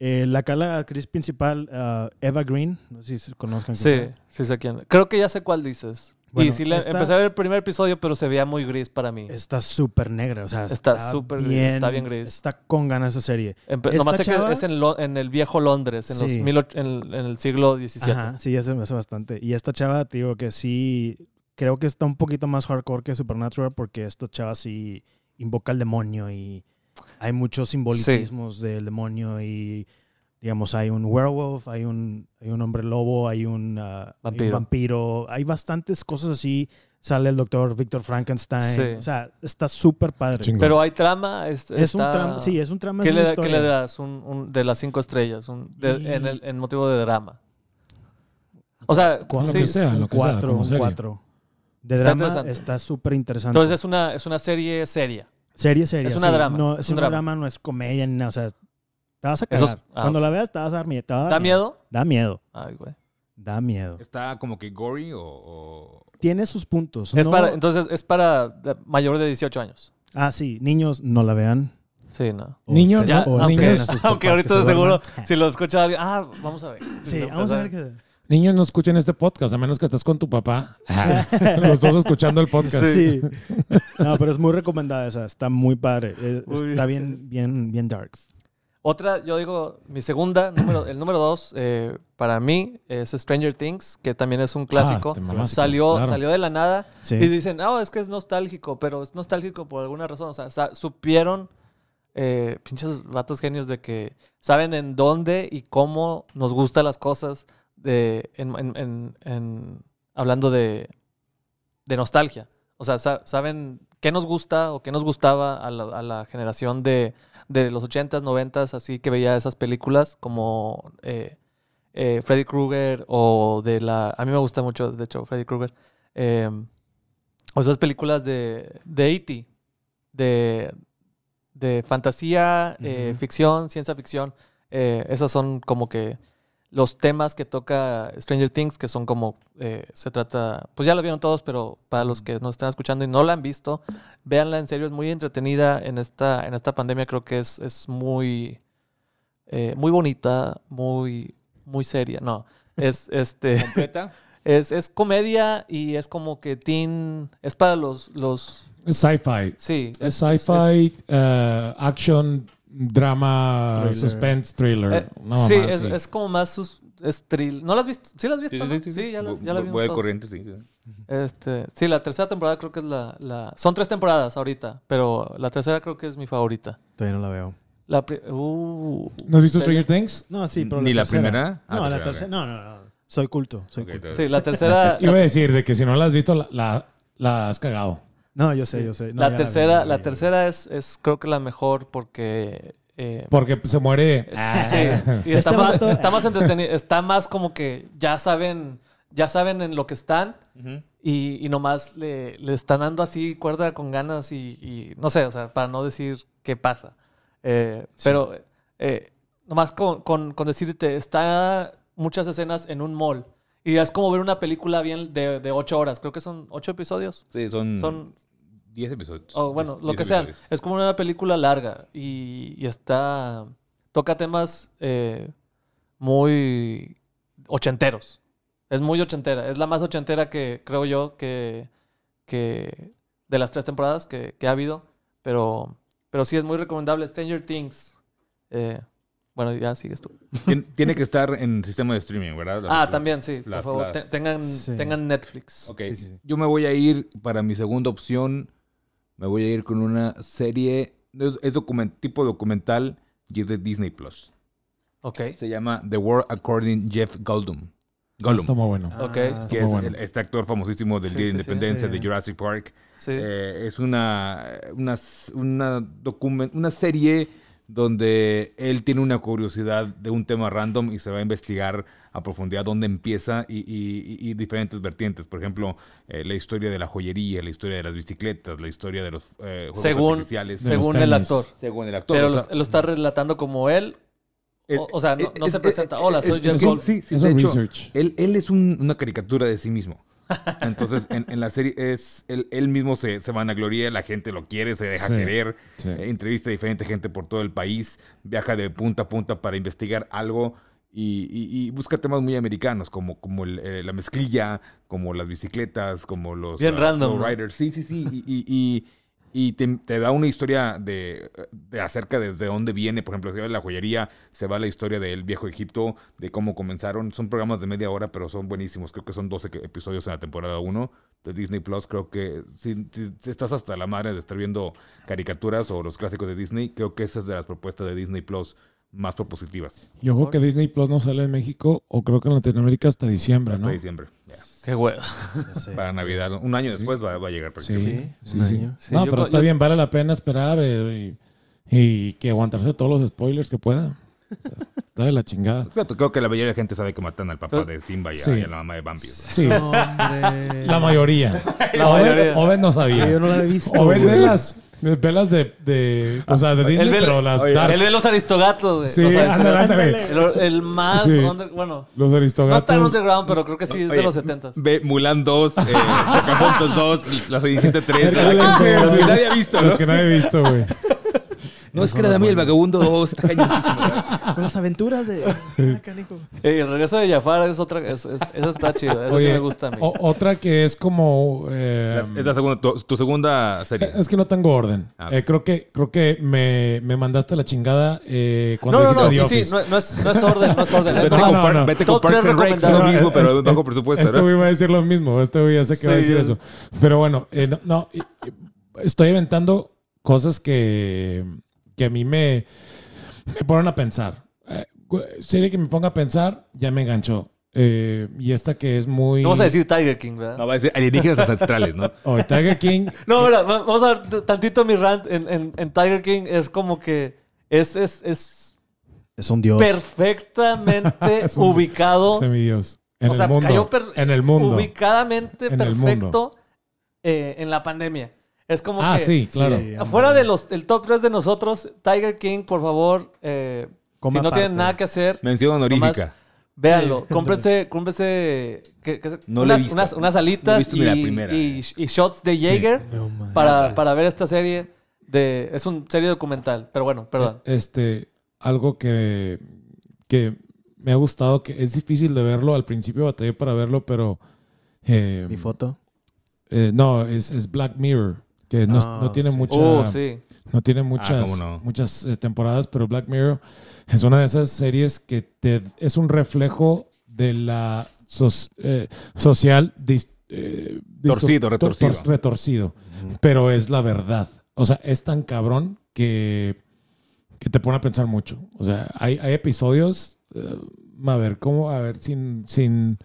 [SPEAKER 4] Eh, la cala actriz principal, ah, Eva Green, no sé si se conozcan.
[SPEAKER 1] Sí, sí sé quién. Creo que ya sé cuál dices. y
[SPEAKER 4] Bueno,
[SPEAKER 1] sí, le-
[SPEAKER 4] esta-
[SPEAKER 1] empecé a ver el primer episodio, pero se veía muy gris para mí.
[SPEAKER 4] Está súper negra, o sea,
[SPEAKER 1] Está súper gris, está bien gris.
[SPEAKER 4] Está con ganas esa serie.
[SPEAKER 1] Empe-
[SPEAKER 4] ¿esta
[SPEAKER 1] nomás sé que
[SPEAKER 4] chava?
[SPEAKER 1] es en, Lo- en el viejo Londres, en, los
[SPEAKER 4] Sí.
[SPEAKER 1] mil och- en, en el siglo XVII.
[SPEAKER 4] Ajá, sí, ya se me hace bastante. Y esta chava, te digo que sí, creo que está un poquito más hardcore que Supernatural porque esta chava sí invoca al demonio y hay muchos simbolicismos del demonio y, digamos, hay un werewolf, hay un, hay un hombre lobo, hay un, ah, hay un
[SPEAKER 1] Vampiro.
[SPEAKER 4] vampiro, hay bastantes cosas así. Sale el doctor Víctor Frankenstein.
[SPEAKER 1] Sí.
[SPEAKER 4] O sea, está súper padre.
[SPEAKER 2] Chingón.
[SPEAKER 1] Pero hay trama. Es,
[SPEAKER 4] Es un
[SPEAKER 1] está-
[SPEAKER 4] trama, sí, es un trama.
[SPEAKER 1] ¿Qué,
[SPEAKER 4] es una
[SPEAKER 1] le, da- qué
[SPEAKER 4] historia.
[SPEAKER 1] le das un, un- de las cinco estrellas un- de- en, el- en motivo de drama? O sea,
[SPEAKER 2] Con lo
[SPEAKER 1] sí,
[SPEAKER 2] que sea,
[SPEAKER 4] un
[SPEAKER 2] lo que sea,
[SPEAKER 4] cuatro,
[SPEAKER 2] como
[SPEAKER 4] un
[SPEAKER 2] serie.
[SPEAKER 4] cuatro. De
[SPEAKER 1] Está
[SPEAKER 4] drama
[SPEAKER 1] interesante.
[SPEAKER 4] está súper interesante.
[SPEAKER 1] entonces es una, es una serie seria.
[SPEAKER 4] Serie, serie.
[SPEAKER 1] Es una
[SPEAKER 4] sí.
[SPEAKER 1] drama,
[SPEAKER 4] No,
[SPEAKER 1] es
[SPEAKER 4] es,
[SPEAKER 1] un
[SPEAKER 4] una
[SPEAKER 1] drama.
[SPEAKER 4] drama. no es comedia ni nada. O sea, te vas a
[SPEAKER 1] Eso
[SPEAKER 4] cagar.
[SPEAKER 1] es- ah,
[SPEAKER 4] Cuando la veas, te vas a dar miedo. te va a dar
[SPEAKER 1] ¿Da miedo?
[SPEAKER 4] Da miedo.
[SPEAKER 1] Ay, güey.
[SPEAKER 4] Da miedo.
[SPEAKER 3] Está como que gory o... o-
[SPEAKER 4] Tiene sus puntos.
[SPEAKER 1] Es
[SPEAKER 4] No-
[SPEAKER 1] para, entonces es para de- mayor de 18 años.
[SPEAKER 4] ah, sí. Niños, no la vean.
[SPEAKER 1] Sí, no.
[SPEAKER 4] O
[SPEAKER 2] Niño,
[SPEAKER 4] ustedes-
[SPEAKER 1] Ya,
[SPEAKER 4] o
[SPEAKER 1] aunque,
[SPEAKER 4] esperen pues, a sus papás
[SPEAKER 1] aunque
[SPEAKER 4] que
[SPEAKER 1] ahorita
[SPEAKER 4] se
[SPEAKER 1] de seguro,
[SPEAKER 4] duerman.
[SPEAKER 1] si lo escucha alguien, ah, vamos a ver.
[SPEAKER 4] Sí,
[SPEAKER 1] No,
[SPEAKER 4] vamos
[SPEAKER 1] pues,
[SPEAKER 4] a ver qué.
[SPEAKER 2] Niños, no escuchen este podcast, a menos que estés con tu papá. Los dos escuchando el podcast.
[SPEAKER 4] Sí. No, pero es muy recomendada esa. Está muy padre. Eh,
[SPEAKER 1] Muy
[SPEAKER 4] Está bien, bien, bien darks.
[SPEAKER 1] Otra, yo digo, mi segunda, número, el número dos, eh, para mí, es Stranger Things, que también
[SPEAKER 4] Ah,
[SPEAKER 1] es un clásico.
[SPEAKER 2] te mamaste,
[SPEAKER 1] salió,
[SPEAKER 2] claro.
[SPEAKER 1] salió de la nada.
[SPEAKER 4] Sí.
[SPEAKER 1] Y dicen, ah, es que es nostálgico, pero es nostálgico por alguna razón. O sea, sa- supieron, eh, pinches vatos genios, de que saben en dónde y cómo nos gustan las cosas, de, en, en- en- en- hablando de, de nostalgia. O sea, sa- saben qué nos gusta o qué nos gustaba a la, a la generación de, de los 80s, 90s, así que veía esas películas como eh, eh, Freddy Krueger o de la... A mí me gusta mucho, de hecho, Freddy Krueger. eh, o esas películas de, de E.T., de, de fantasía, eh,
[SPEAKER 4] Ujú.
[SPEAKER 1] ficción, ciencia ficción. Eh, esos son como que los temas que toca Stranger Things, que son como, eh, se trata, pues ya lo vieron todos, pero para los que nos están escuchando y no la han visto, véanla en serio, es muy entretenida en esta, en esta pandemia, creo que es, es muy, eh, muy bonita, muy, muy seria, no, es este...
[SPEAKER 3] ¿Completa?
[SPEAKER 1] Es, es comedia y es como que teen. Es para los. los
[SPEAKER 2] Es sci-fi.
[SPEAKER 1] sí.
[SPEAKER 2] Es sci-fi, eh, action, drama,
[SPEAKER 4] Thriller.
[SPEAKER 2] suspense, thriller.
[SPEAKER 1] eh,
[SPEAKER 2] una
[SPEAKER 1] sí,
[SPEAKER 2] mamá
[SPEAKER 1] es,
[SPEAKER 2] así.
[SPEAKER 1] es como más. Sus, es thrill. ¿No la has visto? Sí, la has visto.
[SPEAKER 3] Sí, sí,
[SPEAKER 1] ¿no?
[SPEAKER 3] sí. sí, sí.
[SPEAKER 1] ya la,
[SPEAKER 3] Voy-
[SPEAKER 1] ya la
[SPEAKER 3] voy-
[SPEAKER 1] vimos
[SPEAKER 3] Voy al
[SPEAKER 1] todos.
[SPEAKER 3] corriente, sí. sí.
[SPEAKER 1] Este, sí, la tercera temporada creo que es la, la- Son tres temporadas ahorita, pero la tercera creo que es mi favorita.
[SPEAKER 4] Todavía no la veo.
[SPEAKER 1] La pri- uh,
[SPEAKER 2] ¿No has visto
[SPEAKER 1] ¿serio?
[SPEAKER 2] Stranger Things?
[SPEAKER 4] No, sí, pero
[SPEAKER 3] ¿Ni la
[SPEAKER 4] tercera.
[SPEAKER 3] primera? Ah,
[SPEAKER 4] No, la
[SPEAKER 3] tercera,
[SPEAKER 4] tercera. No, no, no. Soy culto. Soy
[SPEAKER 3] Ok,
[SPEAKER 4] culto.
[SPEAKER 3] está bien.
[SPEAKER 1] Sí, la tercera.
[SPEAKER 2] Iba a decir de que si no la has visto, la, la- la has cagado.
[SPEAKER 4] No, yo sé, yo sé. No,
[SPEAKER 1] la
[SPEAKER 4] ya vi,
[SPEAKER 1] tercera,
[SPEAKER 4] ya vi,
[SPEAKER 1] la
[SPEAKER 4] ya vi.
[SPEAKER 1] tercera es, es creo que la mejor porque. eh,
[SPEAKER 2] Porque se muere.
[SPEAKER 1] Este, Sí, y está,
[SPEAKER 4] Este
[SPEAKER 1] más,
[SPEAKER 4] vato-
[SPEAKER 1] está más entretenido, está más como que ya saben, ya saben en lo que están
[SPEAKER 3] Ujú.
[SPEAKER 1] y, y nomás le, le están dando así cuerda con ganas y, y no sé, o sea, para no decir qué pasa. Eh, Pero eh, nomás con, con- con decirte, está muchas escenas en un mall y es como ver una película bien de, de ocho horas, creo que son ocho episodios.
[SPEAKER 3] Sí, son...
[SPEAKER 1] Son
[SPEAKER 3] 10 episodios.
[SPEAKER 1] o bueno,
[SPEAKER 3] Diez-
[SPEAKER 1] lo
[SPEAKER 3] diez
[SPEAKER 1] que sea.
[SPEAKER 3] episodios.
[SPEAKER 1] Es como una película larga y, y está. Toca temas eh, muy ochenteros. Es muy ochentera. Es la más ochentera que creo yo que. que de las tres temporadas que, que ha habido. Pero, pero sí es muy recomendable. Stranger Things. Eh, bueno, ya sigues tú.
[SPEAKER 3] Tien- Tiene que estar en sistema de streaming, ¿verdad? Las-
[SPEAKER 1] ah, también, sí. por
[SPEAKER 3] las-
[SPEAKER 1] favor,
[SPEAKER 3] las-
[SPEAKER 1] te- tengan,
[SPEAKER 4] Sí.
[SPEAKER 1] tengan Netflix.
[SPEAKER 3] Ok,
[SPEAKER 4] Sí, sí, sí.
[SPEAKER 3] yo me voy a ir para mi segunda opción. Me voy a ir con una serie. Es, es document- tipo documental y es de Disney Plus.
[SPEAKER 1] Ok.
[SPEAKER 3] Se llama The World According Jeff Goldblum. Goldblum,
[SPEAKER 2] Ah, Está muy bueno.
[SPEAKER 4] Ah,
[SPEAKER 1] Ok.
[SPEAKER 4] está
[SPEAKER 3] que
[SPEAKER 2] muy
[SPEAKER 3] es
[SPEAKER 2] bueno.
[SPEAKER 3] el- este actor famosísimo del
[SPEAKER 1] Sí,
[SPEAKER 3] Día de
[SPEAKER 1] sí, sí,
[SPEAKER 3] Independencia
[SPEAKER 4] sí.
[SPEAKER 3] de Jurassic Park.
[SPEAKER 1] Sí.
[SPEAKER 3] Eh, es una, una, una, documen- una serie donde él tiene una curiosidad de un tema random y se va a investigar a profundidad dónde empieza y, y- y- y diferentes vertientes. Por ejemplo, eh, la historia de la joyería, la historia de las bicicletas, la historia de los eh, juegos
[SPEAKER 1] Según-
[SPEAKER 3] artificiales.
[SPEAKER 2] de los
[SPEAKER 1] Según el
[SPEAKER 2] tenis.
[SPEAKER 1] actor.
[SPEAKER 3] según el actor.
[SPEAKER 1] Pero
[SPEAKER 3] o sea,
[SPEAKER 1] lo, lo está relatando como él
[SPEAKER 3] el-
[SPEAKER 1] o- o sea, no- no se presenta, "Hola, soy Jeff
[SPEAKER 3] un-
[SPEAKER 1] Goldblum".
[SPEAKER 3] Sí, sí,
[SPEAKER 2] es
[SPEAKER 3] de
[SPEAKER 2] un
[SPEAKER 3] hecho,
[SPEAKER 2] research.
[SPEAKER 3] él, él es un- una caricatura de sí mismo. Entonces, en, en la serie es él, él mismo se, se vanagloria, la gente lo quiere, se deja
[SPEAKER 2] Sí.
[SPEAKER 3] querer.
[SPEAKER 2] Sí.
[SPEAKER 3] Eh, entrevista a diferente gente por todo el país, viaja de punta a punta para investigar algo y, y- y busca temas muy americanos, como, como el, eh, la mezclilla, como las bicicletas, como los,
[SPEAKER 1] Bien
[SPEAKER 3] ah,
[SPEAKER 1] random,
[SPEAKER 3] los
[SPEAKER 1] ¿no?
[SPEAKER 3] riders. Sí, sí, sí. Y, y- y- y te, te da una historia de, de acerca de, de dónde viene. Por ejemplo, se va la joyería, se va la historia del viejo Egipto, de cómo comenzaron. Son programas de media hora, pero son buenísimos. Creo que son 12 que- episodios en la temporada 1 de Disney Plus. Creo que si, si- si estás hasta la madre de estar viendo caricaturas o los clásicos de Disney, creo que esa es de las propuestas de Disney Plus más propositivas
[SPEAKER 2] Y ojo que Disney Plus no sale en México o creo que en Latinoamérica hasta diciembre,
[SPEAKER 3] hasta
[SPEAKER 2] ¿no?
[SPEAKER 3] diciembre. Ya.
[SPEAKER 1] Qué huevo.
[SPEAKER 4] Ya sé.
[SPEAKER 3] Para Navidad, un año después va, va a llegar.
[SPEAKER 2] Sí,
[SPEAKER 4] Sí,
[SPEAKER 2] sí, sí.
[SPEAKER 4] un año.
[SPEAKER 1] Sí,
[SPEAKER 2] no,
[SPEAKER 1] yo
[SPEAKER 2] pero
[SPEAKER 1] creo-
[SPEAKER 2] está
[SPEAKER 1] yo-
[SPEAKER 2] bien, vale la pena esperar eh, y, y que aguantarse todos los spoilers que pueda. O sea, está de la chingada.
[SPEAKER 3] Creo, creo que la mayoría de la gente sabe que matan al papá de Simba y a,
[SPEAKER 2] Ah, Sí.
[SPEAKER 3] y a la mamá de Bambi. ¿verdad?
[SPEAKER 2] Sí,
[SPEAKER 4] Hombre.
[SPEAKER 2] la mayoría.
[SPEAKER 1] La
[SPEAKER 2] Oven-
[SPEAKER 1] mayoría.
[SPEAKER 2] Oven no
[SPEAKER 4] eh, Ah, Yo
[SPEAKER 2] sabía.
[SPEAKER 4] no la he visto.
[SPEAKER 2] Oven ve
[SPEAKER 4] güey.
[SPEAKER 2] las velas de, de- o sea, de Disney,
[SPEAKER 1] Él ve-
[SPEAKER 2] pero las
[SPEAKER 3] oye,
[SPEAKER 2] dark.
[SPEAKER 1] Él ve los aristogatos, güey.
[SPEAKER 2] Sí,
[SPEAKER 1] Los
[SPEAKER 2] ándale,
[SPEAKER 1] aristogatos.
[SPEAKER 2] ándale.
[SPEAKER 1] El, el más
[SPEAKER 2] Sí.
[SPEAKER 1] under- bueno,
[SPEAKER 2] Los
[SPEAKER 1] no está en
[SPEAKER 2] aristogatos.
[SPEAKER 1] underground, pero creo que sí es de
[SPEAKER 3] Oye,
[SPEAKER 1] los 70
[SPEAKER 3] Ve Mulan 2, eh, Pocahontas 2, La Cenicienta 3.
[SPEAKER 2] Hércules
[SPEAKER 3] la-
[SPEAKER 2] dos.
[SPEAKER 3] los que nadie ha visto, ¿no?
[SPEAKER 2] Los que nadie ha visto, güey.
[SPEAKER 3] No, es que era Damián el Vagabundo 2. Está cañoncísimo.
[SPEAKER 4] Con las aventuras de. Ah, canijo.
[SPEAKER 1] Ey, el regreso de Jafar es otra. es- es- esa está chida. Esa sí
[SPEAKER 2] Oye,
[SPEAKER 1] me gusta a mí.
[SPEAKER 2] o- otra que es como... eh,
[SPEAKER 3] Es la segunda, tu, tu segunda serie.
[SPEAKER 2] Es que no tengo orden.
[SPEAKER 3] Ah,
[SPEAKER 2] Eh,
[SPEAKER 3] ok.
[SPEAKER 2] creo que, creo que me, me mandaste la chingada eh,
[SPEAKER 1] no,
[SPEAKER 2] cuando
[SPEAKER 1] no,
[SPEAKER 2] dijiste
[SPEAKER 1] no,
[SPEAKER 2] The
[SPEAKER 1] sí,
[SPEAKER 2] Office.
[SPEAKER 1] sí, no, no es, no es orden, no es orden.
[SPEAKER 3] Vete,
[SPEAKER 1] Es
[SPEAKER 2] no,
[SPEAKER 3] con,
[SPEAKER 1] más-
[SPEAKER 2] no,
[SPEAKER 3] Par-
[SPEAKER 2] no.
[SPEAKER 3] vete con
[SPEAKER 1] Top
[SPEAKER 3] Parks
[SPEAKER 1] tres
[SPEAKER 3] and Rec, es lo
[SPEAKER 1] recomendados.
[SPEAKER 3] mismo, pero
[SPEAKER 2] es-
[SPEAKER 3] bajo
[SPEAKER 2] es-
[SPEAKER 3] presupuesto,
[SPEAKER 2] Este
[SPEAKER 3] ¿no?
[SPEAKER 2] güey iba a decir lo mismo. Este güey ya sé que va a
[SPEAKER 1] Sí,
[SPEAKER 2] decir
[SPEAKER 1] yo-
[SPEAKER 2] eso. Pero bueno, eh, no, no, y- y estoy inventando cosas que, que a mí me, me ponen a pensar. Eh, gu- serie que me ponga a pensar, ya me enganchó. Eh, y esta que es muy.
[SPEAKER 1] No vas a decir Tiger King, ¿verdad?
[SPEAKER 3] No, va a decir alienígenas ancestrales, ¿no?
[SPEAKER 2] Oh, Tiger King.
[SPEAKER 1] No, mira, va- vamos a ver t- tantito mi rant en, en- en Tiger King. Es como que es, es, es
[SPEAKER 4] Es un dios.
[SPEAKER 1] perfectamente
[SPEAKER 2] Es un
[SPEAKER 1] ubicado.
[SPEAKER 2] Semidios. En
[SPEAKER 1] o sea,
[SPEAKER 2] el mundo.
[SPEAKER 1] cayó per-
[SPEAKER 2] en el mundo.
[SPEAKER 1] ubicadamente
[SPEAKER 2] En el
[SPEAKER 1] perfecto eh, en la pandemia. Es como
[SPEAKER 2] Ah,
[SPEAKER 1] que
[SPEAKER 2] sí, claro.
[SPEAKER 4] Sí,
[SPEAKER 1] afuera
[SPEAKER 4] hombre.
[SPEAKER 1] del top 3 de nosotros, Tiger King, por favor, eh, si
[SPEAKER 4] Coma
[SPEAKER 1] no tienen
[SPEAKER 4] aparte.
[SPEAKER 1] nada que hacer,
[SPEAKER 3] Mención honorífica.
[SPEAKER 1] véanlo. Cómprense, cómprense que- que-
[SPEAKER 3] No le he
[SPEAKER 1] unas,
[SPEAKER 3] visto.
[SPEAKER 1] unas- unas
[SPEAKER 3] No he
[SPEAKER 1] alitas
[SPEAKER 3] visto ni la
[SPEAKER 1] y,
[SPEAKER 3] primera. eh.
[SPEAKER 1] y- y shots de Jaeger
[SPEAKER 4] No, man.
[SPEAKER 1] para, para ver esta serie. De, es una serie documental, pero bueno, perdón.
[SPEAKER 2] Este, algo que, que me ha gustado, que es difícil de verlo. Al principio batallé para verlo, pero. eh,
[SPEAKER 4] Mi foto.
[SPEAKER 2] eh, no, es, es Black Mirror. Que no,
[SPEAKER 4] Ah,
[SPEAKER 2] no tiene
[SPEAKER 4] sí.
[SPEAKER 2] mucha.
[SPEAKER 1] Oh, sí.
[SPEAKER 2] No tiene muchas,
[SPEAKER 3] Ah, ¿cómo no?
[SPEAKER 2] muchas eh, temporadas, pero Black Mirror es una de esas series que te, es un reflejo de la soc- eh, social dis- eh, disto-
[SPEAKER 3] Torcido,
[SPEAKER 2] tor- tor-
[SPEAKER 3] retorcido.
[SPEAKER 2] retorcido. Pero es la verdad. O sea, es tan cabrón que, que te pone a pensar mucho. O sea, hay, hay episodios. eh, a ver, ¿cómo? A ver, sin. sin,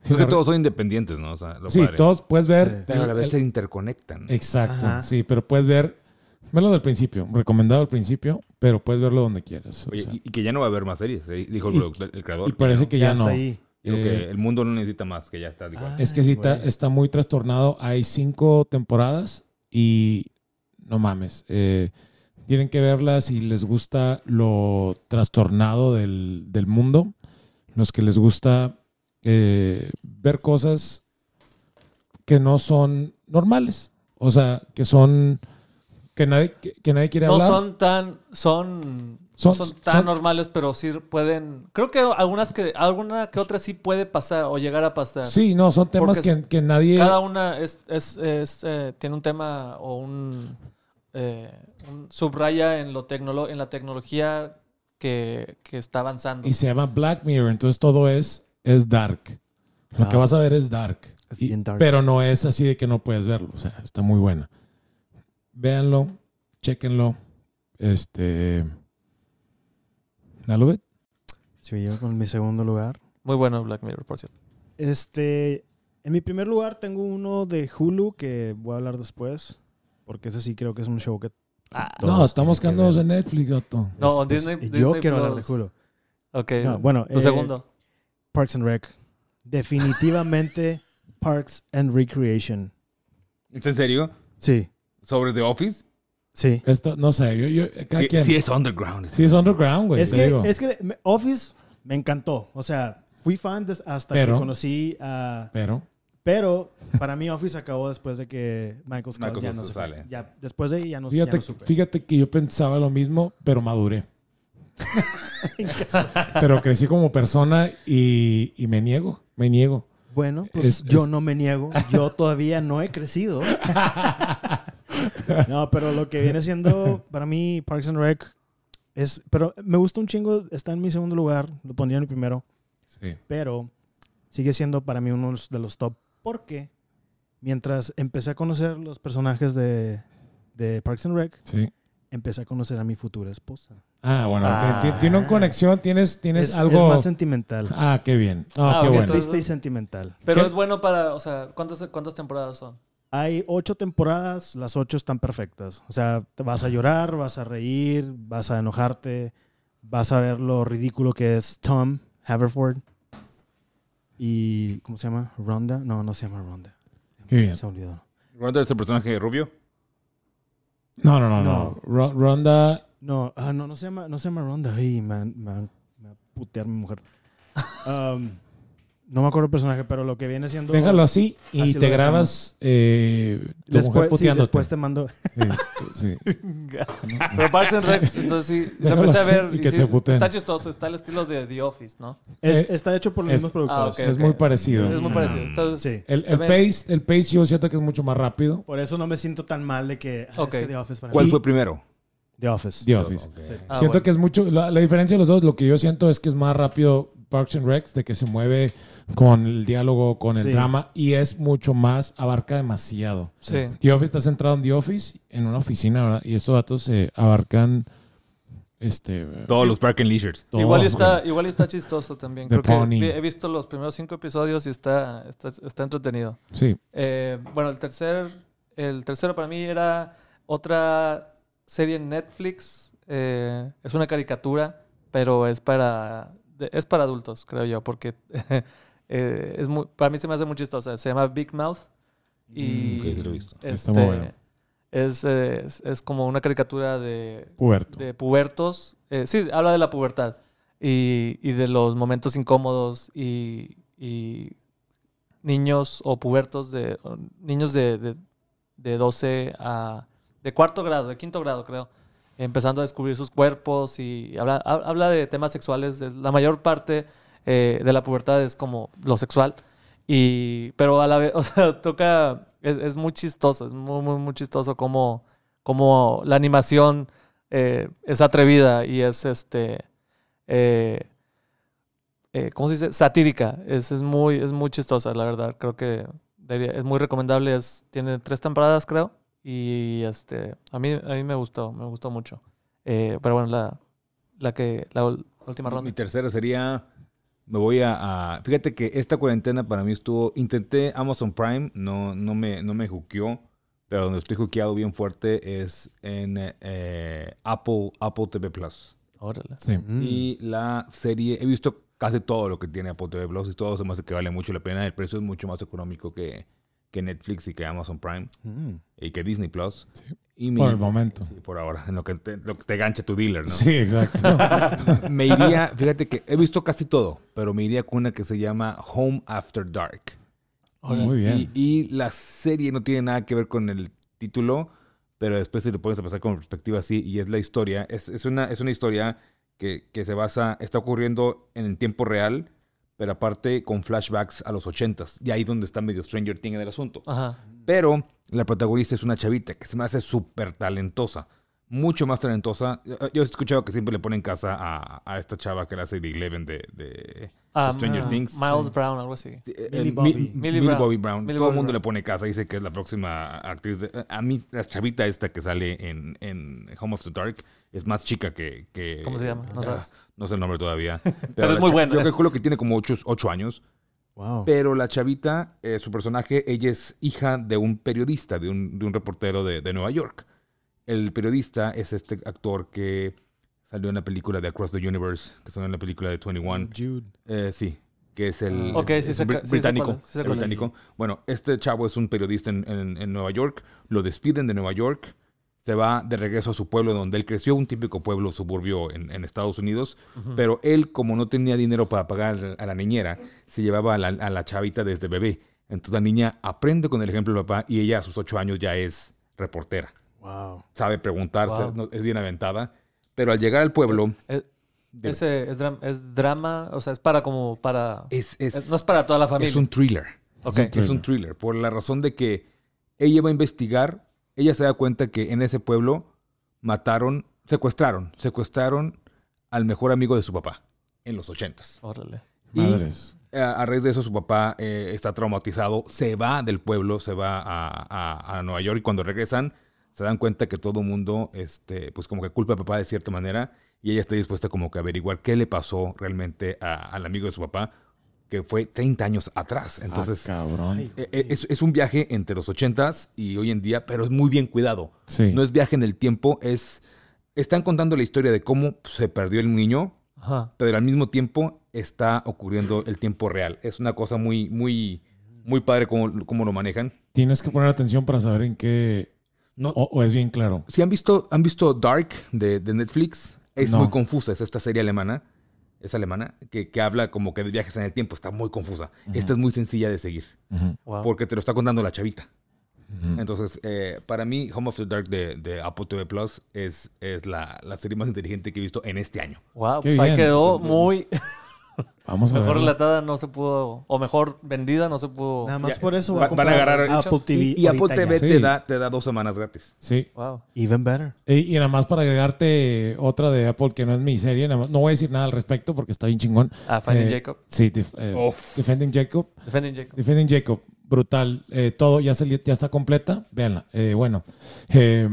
[SPEAKER 2] sin
[SPEAKER 3] Creo que
[SPEAKER 2] ar-
[SPEAKER 3] todos son independientes, ¿no? O sea, lo
[SPEAKER 2] sí,
[SPEAKER 3] padre.
[SPEAKER 2] todos Eh, puedes ver.
[SPEAKER 4] Sí.
[SPEAKER 3] Pero a la vez
[SPEAKER 2] el-
[SPEAKER 3] se interconectan.
[SPEAKER 2] Exacto,
[SPEAKER 4] Ajá.
[SPEAKER 2] sí, pero puedes ver, verlo del principio, recomendado al principio, pero puedes verlo donde quieras. o
[SPEAKER 3] Oye,
[SPEAKER 2] sea.
[SPEAKER 3] y, y que ya no va a haber más series, eh, dijo el,
[SPEAKER 2] Y-
[SPEAKER 3] productor- el creador.
[SPEAKER 2] y parece que
[SPEAKER 4] Ya,
[SPEAKER 2] ya, no.
[SPEAKER 4] está ahí.
[SPEAKER 3] Dijo
[SPEAKER 2] Eh, Ah.
[SPEAKER 3] que el mundo no necesita más, que ya está igual.
[SPEAKER 2] Es que sí, está,
[SPEAKER 4] Güey.
[SPEAKER 2] está muy trastornado. Hay cinco temporadas y no mames. eh, tienen que verlas si les gusta lo trastornado del, del mundo. Los que les gusta eh, ver cosas que no son normales. O sea, que son. que nadie, que, que nadie quiere
[SPEAKER 1] No
[SPEAKER 2] hablar.
[SPEAKER 1] son tan, son,
[SPEAKER 2] Son-
[SPEAKER 1] no son tan
[SPEAKER 2] son-
[SPEAKER 1] normales, pero sí pueden. Creo que algunas que, alguna que otra sí puede pasar o llegar a pasar.
[SPEAKER 2] Sí, no, son temas
[SPEAKER 1] Porque
[SPEAKER 2] que, que
[SPEAKER 4] eh,
[SPEAKER 2] nadie.
[SPEAKER 1] Cada una es, es- es, eh, tiene un tema o un, eh, un subraya en lo tecnolo- en la tecnología que, que está avanzando.
[SPEAKER 2] Y se llama Black Mirror, entonces todo es, es dark. Lo que
[SPEAKER 4] Ah.
[SPEAKER 2] vas a ver es dark.
[SPEAKER 4] Es
[SPEAKER 2] Y-
[SPEAKER 4] bien dark.
[SPEAKER 2] Pero no es así de que no puedes verlo. O sea, está muy buena. Véanlo, chequenlo. Este. I love it.
[SPEAKER 4] Si yo con mi segundo lugar.
[SPEAKER 1] Muy bueno Black Mirror, por cierto.
[SPEAKER 4] Este, en mi primer lugar tengo uno de Hulu que voy a hablar después, porque ese sí creo que es un show que todos
[SPEAKER 2] no, estamos
[SPEAKER 4] tienen que
[SPEAKER 2] quedándonos
[SPEAKER 4] ver.
[SPEAKER 2] en Netflix, gato.
[SPEAKER 1] Ah. No,
[SPEAKER 4] Es-
[SPEAKER 1] on
[SPEAKER 4] pues,
[SPEAKER 1] Disney-
[SPEAKER 4] Yo
[SPEAKER 1] Disney
[SPEAKER 4] quiero hablar
[SPEAKER 1] Plus.
[SPEAKER 4] de Hulu.
[SPEAKER 1] Ok.
[SPEAKER 4] No, bueno,
[SPEAKER 1] tu
[SPEAKER 4] eh,
[SPEAKER 1] segundo.
[SPEAKER 4] Parks and Rec. Definitivamente Parks and Recreation.
[SPEAKER 3] ¿Es en serio?
[SPEAKER 4] Sí,
[SPEAKER 3] ¿Sobre The Office?
[SPEAKER 4] sí.
[SPEAKER 2] Esto, no sé, yo, yo- cada
[SPEAKER 3] Sí,
[SPEAKER 2] quien.
[SPEAKER 3] sí
[SPEAKER 2] Sí,
[SPEAKER 3] es underground.
[SPEAKER 2] es underground, güey.
[SPEAKER 4] es,
[SPEAKER 2] Pues te
[SPEAKER 4] que,
[SPEAKER 2] digo.
[SPEAKER 4] es que me- Office me encantó. O sea, fui fan des- hasta
[SPEAKER 2] Pero-
[SPEAKER 4] que conocí a...
[SPEAKER 2] Pero.
[SPEAKER 4] Pero para mí Office acabó después de que Michael Scott
[SPEAKER 3] Michael
[SPEAKER 4] ya
[SPEAKER 3] Scott
[SPEAKER 4] no se fue.
[SPEAKER 3] sale.
[SPEAKER 4] Ya, después de ahí ya no, ya
[SPEAKER 2] Fíjate,
[SPEAKER 4] no supe.
[SPEAKER 2] fíjate que yo pensaba lo mismo, pero maduré. pero crecí como persona y, y me niego, me niego.
[SPEAKER 4] Bueno, pues
[SPEAKER 2] Es-
[SPEAKER 4] yo
[SPEAKER 2] es-
[SPEAKER 4] no me niego. Yo todavía no he crecido. no, pero lo que viene siendo para mí Parks and Rec es... Pero me gusta un chingo. Está en mi segundo lugar. Lo pondría en el primero.
[SPEAKER 2] Sí.
[SPEAKER 4] Pero sigue siendo para mí uno de los- de los top. Porque mientras empecé a conocer los personajes de, de Parks and Rec,
[SPEAKER 2] Sí.
[SPEAKER 4] empecé a conocer a mi futura esposa.
[SPEAKER 2] Ah, bueno,
[SPEAKER 1] Ah.
[SPEAKER 2] ti- ti- tiene una conexión, tienes, tienes
[SPEAKER 4] Es, es
[SPEAKER 2] algo.
[SPEAKER 4] más sentimental.
[SPEAKER 2] Ah, qué bien.
[SPEAKER 1] Ah,
[SPEAKER 2] Ah, qué
[SPEAKER 1] ok,
[SPEAKER 2] bueno.
[SPEAKER 1] entonces-
[SPEAKER 4] Triste y sentimental.
[SPEAKER 1] Pero
[SPEAKER 2] ¿qué-
[SPEAKER 1] es bueno para, o sea, ¿cuántas, cuántas temporadas son?
[SPEAKER 4] Hay ocho temporadas, las ocho están perfectas. O sea, te vas a llorar, vas a reír, vas a enojarte, vas a ver lo ridículo que es Tom Haverford y ¿cómo se llama? Ronda, no, no se llama Ronda.
[SPEAKER 2] Qué bien.
[SPEAKER 4] Se olvidó.
[SPEAKER 3] ¿Ronda es el personaje rubio?
[SPEAKER 2] No, no, no,
[SPEAKER 4] No.
[SPEAKER 2] no. Ro- Ronda.
[SPEAKER 4] No, ah, no, no se llama, no se llama Ronda. Ay, man, man, me va a putear mi mujer. Um, no me acuerdo el personaje, pero lo que viene siendo
[SPEAKER 2] Déjalo así y
[SPEAKER 4] Así lo
[SPEAKER 2] te
[SPEAKER 4] dejamos.
[SPEAKER 2] grabas eh, tu mujer
[SPEAKER 4] después, sí,
[SPEAKER 2] puteándote.
[SPEAKER 4] después te mando.
[SPEAKER 2] Sí, sí.
[SPEAKER 1] Pero Parks and Rec, entonces sí, lo
[SPEAKER 2] Déjalo
[SPEAKER 1] empecé a
[SPEAKER 2] así
[SPEAKER 1] ver.
[SPEAKER 2] y
[SPEAKER 1] y
[SPEAKER 2] que
[SPEAKER 1] sí,
[SPEAKER 2] te puteen.
[SPEAKER 1] está chistoso, está el estilo de The Office, ¿no?
[SPEAKER 4] Es-
[SPEAKER 2] Eh,
[SPEAKER 4] está hecho por los
[SPEAKER 2] es-
[SPEAKER 4] mismos productores.
[SPEAKER 1] Ah, ok.
[SPEAKER 2] Es muy parecido.
[SPEAKER 1] Es muy parecido. Entonces,
[SPEAKER 4] Sí.
[SPEAKER 2] El, el,
[SPEAKER 1] También-
[SPEAKER 2] pace, el pace yo siento que es mucho más rápido.
[SPEAKER 4] Por eso no me siento tan mal de que, ah,
[SPEAKER 1] Ok.
[SPEAKER 4] es que The Office para
[SPEAKER 3] ¿Cuál
[SPEAKER 4] mí.
[SPEAKER 3] fue primero?
[SPEAKER 4] The Office.
[SPEAKER 2] The Office.
[SPEAKER 3] Ok.
[SPEAKER 4] Sí.
[SPEAKER 1] Ah,
[SPEAKER 2] siento
[SPEAKER 1] bueno.
[SPEAKER 2] que es mucho. La, la diferencia de los dos, lo que yo siento es que es más rápido Parks and Rec, de que se mueve con el diálogo, con el
[SPEAKER 4] Sí.
[SPEAKER 2] drama, y es mucho más, abarca demasiado.
[SPEAKER 1] Sí.
[SPEAKER 2] The Office está centrado en The Office, en una oficina, ¿verdad? Y estos datos se abarcan Este,
[SPEAKER 3] Todos los Park and Leisures.
[SPEAKER 2] todos,
[SPEAKER 1] igual, y
[SPEAKER 2] güey.
[SPEAKER 1] está, igual y está chistoso también.
[SPEAKER 2] The
[SPEAKER 1] Creo que
[SPEAKER 2] Pony.
[SPEAKER 1] vi- he visto los primeros cinco episodios y está, está, está entretenido.
[SPEAKER 2] Sí,
[SPEAKER 1] Eh, bueno, el tercer, el tercero para mí era otra serie en Netflix. eh, es una caricatura, pero es para de- es para adultos, creo yo, porque eh, es muy- para mí se me hace muy chistosa. Se llama Big Mouth y
[SPEAKER 3] Mm, ok, sí lo he visto.
[SPEAKER 2] Está muy
[SPEAKER 1] este,
[SPEAKER 2] bueno.
[SPEAKER 1] es, eh, es- es como una caricatura de
[SPEAKER 2] puberto.
[SPEAKER 1] de pubertos. eh, sí, habla de la pubertad y, y de los momentos incómodos y, y niños o pubertos de o niños de, de, de 12 a de cuarto grado, de quinto grado creo, empezando a descubrir sus cuerpos y habla, ha- habla de temas sexuales. de- la mayor parte eh, de la pubertad es como lo sexual. Y, pero a la vez, o sea, toca, es, es muy chistoso, es muy, muy, muy chistoso como, como la animación eh, es atrevida y es este eh, eh, ¿cómo se dice? satírica. Es, es muy, es muy chistosa, la verdad. Creo que debería- es muy recomendable. Es, tiene tres temporadas, creo. Y este a mí, a mí me gustó, me gustó mucho. Eh, pero bueno, la, la que la ul- última
[SPEAKER 3] Mi
[SPEAKER 1] ronda.
[SPEAKER 3] tercera sería. Me voy a, a- Fíjate que esta cuarentena para mí estuvo. Intenté Amazon Prime, no, no me, no me juqueó. Pero donde estoy juqueado bien fuerte es en eh, Apple, Apple TV Plus.
[SPEAKER 1] Órale.
[SPEAKER 2] Sí.
[SPEAKER 3] Y la serie, he visto casi todo lo que tiene Apple TV Plus y todo se me hace que vale mucho la pena. El precio es mucho más económico que, que Netflix y que Amazon Prime
[SPEAKER 4] Mm.
[SPEAKER 3] y que Disney Plus.
[SPEAKER 2] Sí.
[SPEAKER 3] Y mi-
[SPEAKER 2] Por el momento.
[SPEAKER 3] Sí, por ahora, en lo que te, lo que te ganche tu dealer, ¿no?
[SPEAKER 2] Sí, exacto.
[SPEAKER 3] Me iría, fíjate que he visto casi todo, pero me iría con una que se llama Home After Dark.
[SPEAKER 2] Muy bien.
[SPEAKER 3] Y, y la serie no tiene nada que ver con el título, pero después si te pones a pasar con perspectiva así, y es la historia, es, es una, es una historia que, que se basa, está ocurriendo en el tiempo real, pero aparte con flashbacks a los ochentas, y ahí donde está medio Stranger Things en el asunto.
[SPEAKER 1] Ajá.
[SPEAKER 3] Pero la protagonista es una chavita que se me hace súper talentosa. Mucho más talentosa. Yo- Yo he escuchado que siempre le ponen casa a, a esta chava que la hace de Eleven de, de
[SPEAKER 1] Ah,
[SPEAKER 3] Stranger
[SPEAKER 1] Ma-
[SPEAKER 3] Things.
[SPEAKER 1] Milles Brown, algo así.
[SPEAKER 3] Eh,
[SPEAKER 4] Millie
[SPEAKER 3] Mi-
[SPEAKER 4] Bobby.
[SPEAKER 3] Millie
[SPEAKER 1] Millie
[SPEAKER 3] Millie
[SPEAKER 1] Brown.
[SPEAKER 3] Bobby Brown.
[SPEAKER 1] Millie
[SPEAKER 3] Todo el
[SPEAKER 1] Bobby
[SPEAKER 3] mundo le
[SPEAKER 1] Brown.
[SPEAKER 3] pone casa. Dice que es la próxima actriz. de- a mí, la chavita esta que sale en, en Home of the Dark es más chica que. que-
[SPEAKER 1] ¿Cómo se llama? No
[SPEAKER 3] ah,
[SPEAKER 1] sabes.
[SPEAKER 3] No sé el nombre todavía. Pero,
[SPEAKER 1] es
[SPEAKER 3] la
[SPEAKER 1] muy
[SPEAKER 3] cha-
[SPEAKER 1] buena.
[SPEAKER 3] Yo calculo que tiene como 8 años.
[SPEAKER 4] Wow.
[SPEAKER 3] Pero la chavita, eh, su personaje, ella es hija de un periodista, de un, de un reportero de, de Nueva York. El periodista es este actor que salió en la película de Across the Universe, que salió en la película de 21.
[SPEAKER 4] Jude.
[SPEAKER 3] Eh, sí, que es el
[SPEAKER 1] Ah. Ok, sí
[SPEAKER 3] es
[SPEAKER 1] sé
[SPEAKER 3] un
[SPEAKER 1] ca-
[SPEAKER 3] br-
[SPEAKER 1] sí sé
[SPEAKER 3] británico.
[SPEAKER 1] cuál es, sí sé
[SPEAKER 3] el
[SPEAKER 1] cuál es.
[SPEAKER 3] británico. Bueno, este chavo es un periodista en, en- en Nueva York, lo despiden de Nueva York, se va de regreso a su pueblo donde él creció, un típico pueblo suburbio en, en Estados Unidos, pero él como no tenía dinero para pagar a la niñera, se llevaba a la, a la chavita desde bebé. Entonces la niña aprende con el ejemplo del papá y ella a sus ocho años ya es reportera.
[SPEAKER 4] Wow.
[SPEAKER 3] Sabe preguntarse,
[SPEAKER 1] Wow.
[SPEAKER 3] no- es bien aventada, pero al llegar al pueblo...
[SPEAKER 1] Eh,
[SPEAKER 3] Dime.
[SPEAKER 1] Ese es, dram- es drama, o sea, es para como para...
[SPEAKER 3] es- es-
[SPEAKER 1] es- no es para toda la familia.
[SPEAKER 3] es un thriller.
[SPEAKER 1] Ok.
[SPEAKER 3] Es un- Es un thriller. Por la razón de que ella va a investigar, ella se da cuenta que en ese pueblo mataron, secuestraron, secuestraron al mejor amigo de su papá en los ochentas.
[SPEAKER 1] Órale.
[SPEAKER 3] Y-
[SPEAKER 2] Madres. Ah,
[SPEAKER 3] A, eh, a raíz de eso su papá eh, está traumatizado, se va del pueblo, se va a, a- a Nueva York y cuando regresan se dan cuenta que todo el mundo, este, pues como que culpa a papá de cierta manera y ella está dispuesta como que a averiguar qué le pasó realmente a- al amigo de su papá que fue 30 años atrás. Entonces,
[SPEAKER 2] Ah, cabrón.
[SPEAKER 4] Ay.
[SPEAKER 3] eh, eh, Es, es un viaje entre los 80s y hoy en día, pero es muy bien cuidado.
[SPEAKER 2] Sí.
[SPEAKER 3] No es viaje en el tiempo, es... Están contando la historia de cómo se perdió el niño,
[SPEAKER 1] Ajá.
[SPEAKER 3] pero al mismo tiempo está ocurriendo el tiempo real. Es una cosa muy, muy, muy padre cómo, cómo lo manejan.
[SPEAKER 2] Tienes que poner atención para saber en qué.
[SPEAKER 3] No-
[SPEAKER 2] O, o es bien claro.
[SPEAKER 3] Si han visto, han visto Dark de, de Netflix, es
[SPEAKER 2] No.
[SPEAKER 3] muy confusa. Es esta serie alemana, es alemana, que, que habla como que de viajes en el tiempo. Está muy confusa. Esta es muy sencilla de seguir,
[SPEAKER 2] Ujú,
[SPEAKER 1] Wow.
[SPEAKER 3] porque te lo está contando la chavita.
[SPEAKER 2] Ah. ujú.
[SPEAKER 3] Entonces, eh, para mí, Home of the Dark de, de Apple TV Plus es, es la, la serie más inteligente que he visto en este año.
[SPEAKER 1] Wow,
[SPEAKER 2] Qué
[SPEAKER 1] pues ahí
[SPEAKER 2] bien.
[SPEAKER 1] quedó muy
[SPEAKER 2] Vamos a
[SPEAKER 1] mejor
[SPEAKER 2] ver.
[SPEAKER 1] relatada, no se pudo, o mejor vendida, no se pudo.
[SPEAKER 4] Nada más
[SPEAKER 3] Oh, Ya,
[SPEAKER 4] por eso
[SPEAKER 3] va-
[SPEAKER 4] va a
[SPEAKER 3] van a
[SPEAKER 4] comprar
[SPEAKER 3] agarrar-
[SPEAKER 4] Apple TV.
[SPEAKER 3] Y, y Apple
[SPEAKER 4] ahorita
[SPEAKER 3] TV
[SPEAKER 4] ya.
[SPEAKER 2] Sí.
[SPEAKER 3] te, da, te da dos semanas gratis.
[SPEAKER 2] Sí.
[SPEAKER 1] Wow.
[SPEAKER 4] Even better.
[SPEAKER 2] Y, y nada más para agregarte otra de Apple que no es mi serie. nada más- no voy a decir nada al respecto porque está bien chingón.
[SPEAKER 1] Ah, Finding
[SPEAKER 2] Eh,
[SPEAKER 1] Jacob.
[SPEAKER 2] Sí, Def- eh,
[SPEAKER 3] Uf.
[SPEAKER 2] Defending Jacob.
[SPEAKER 1] Defending Jacob.
[SPEAKER 2] Defending Jacob. brutal. Eh, todo ya, se, ya está completa. Véanla. Eh, bueno, eh,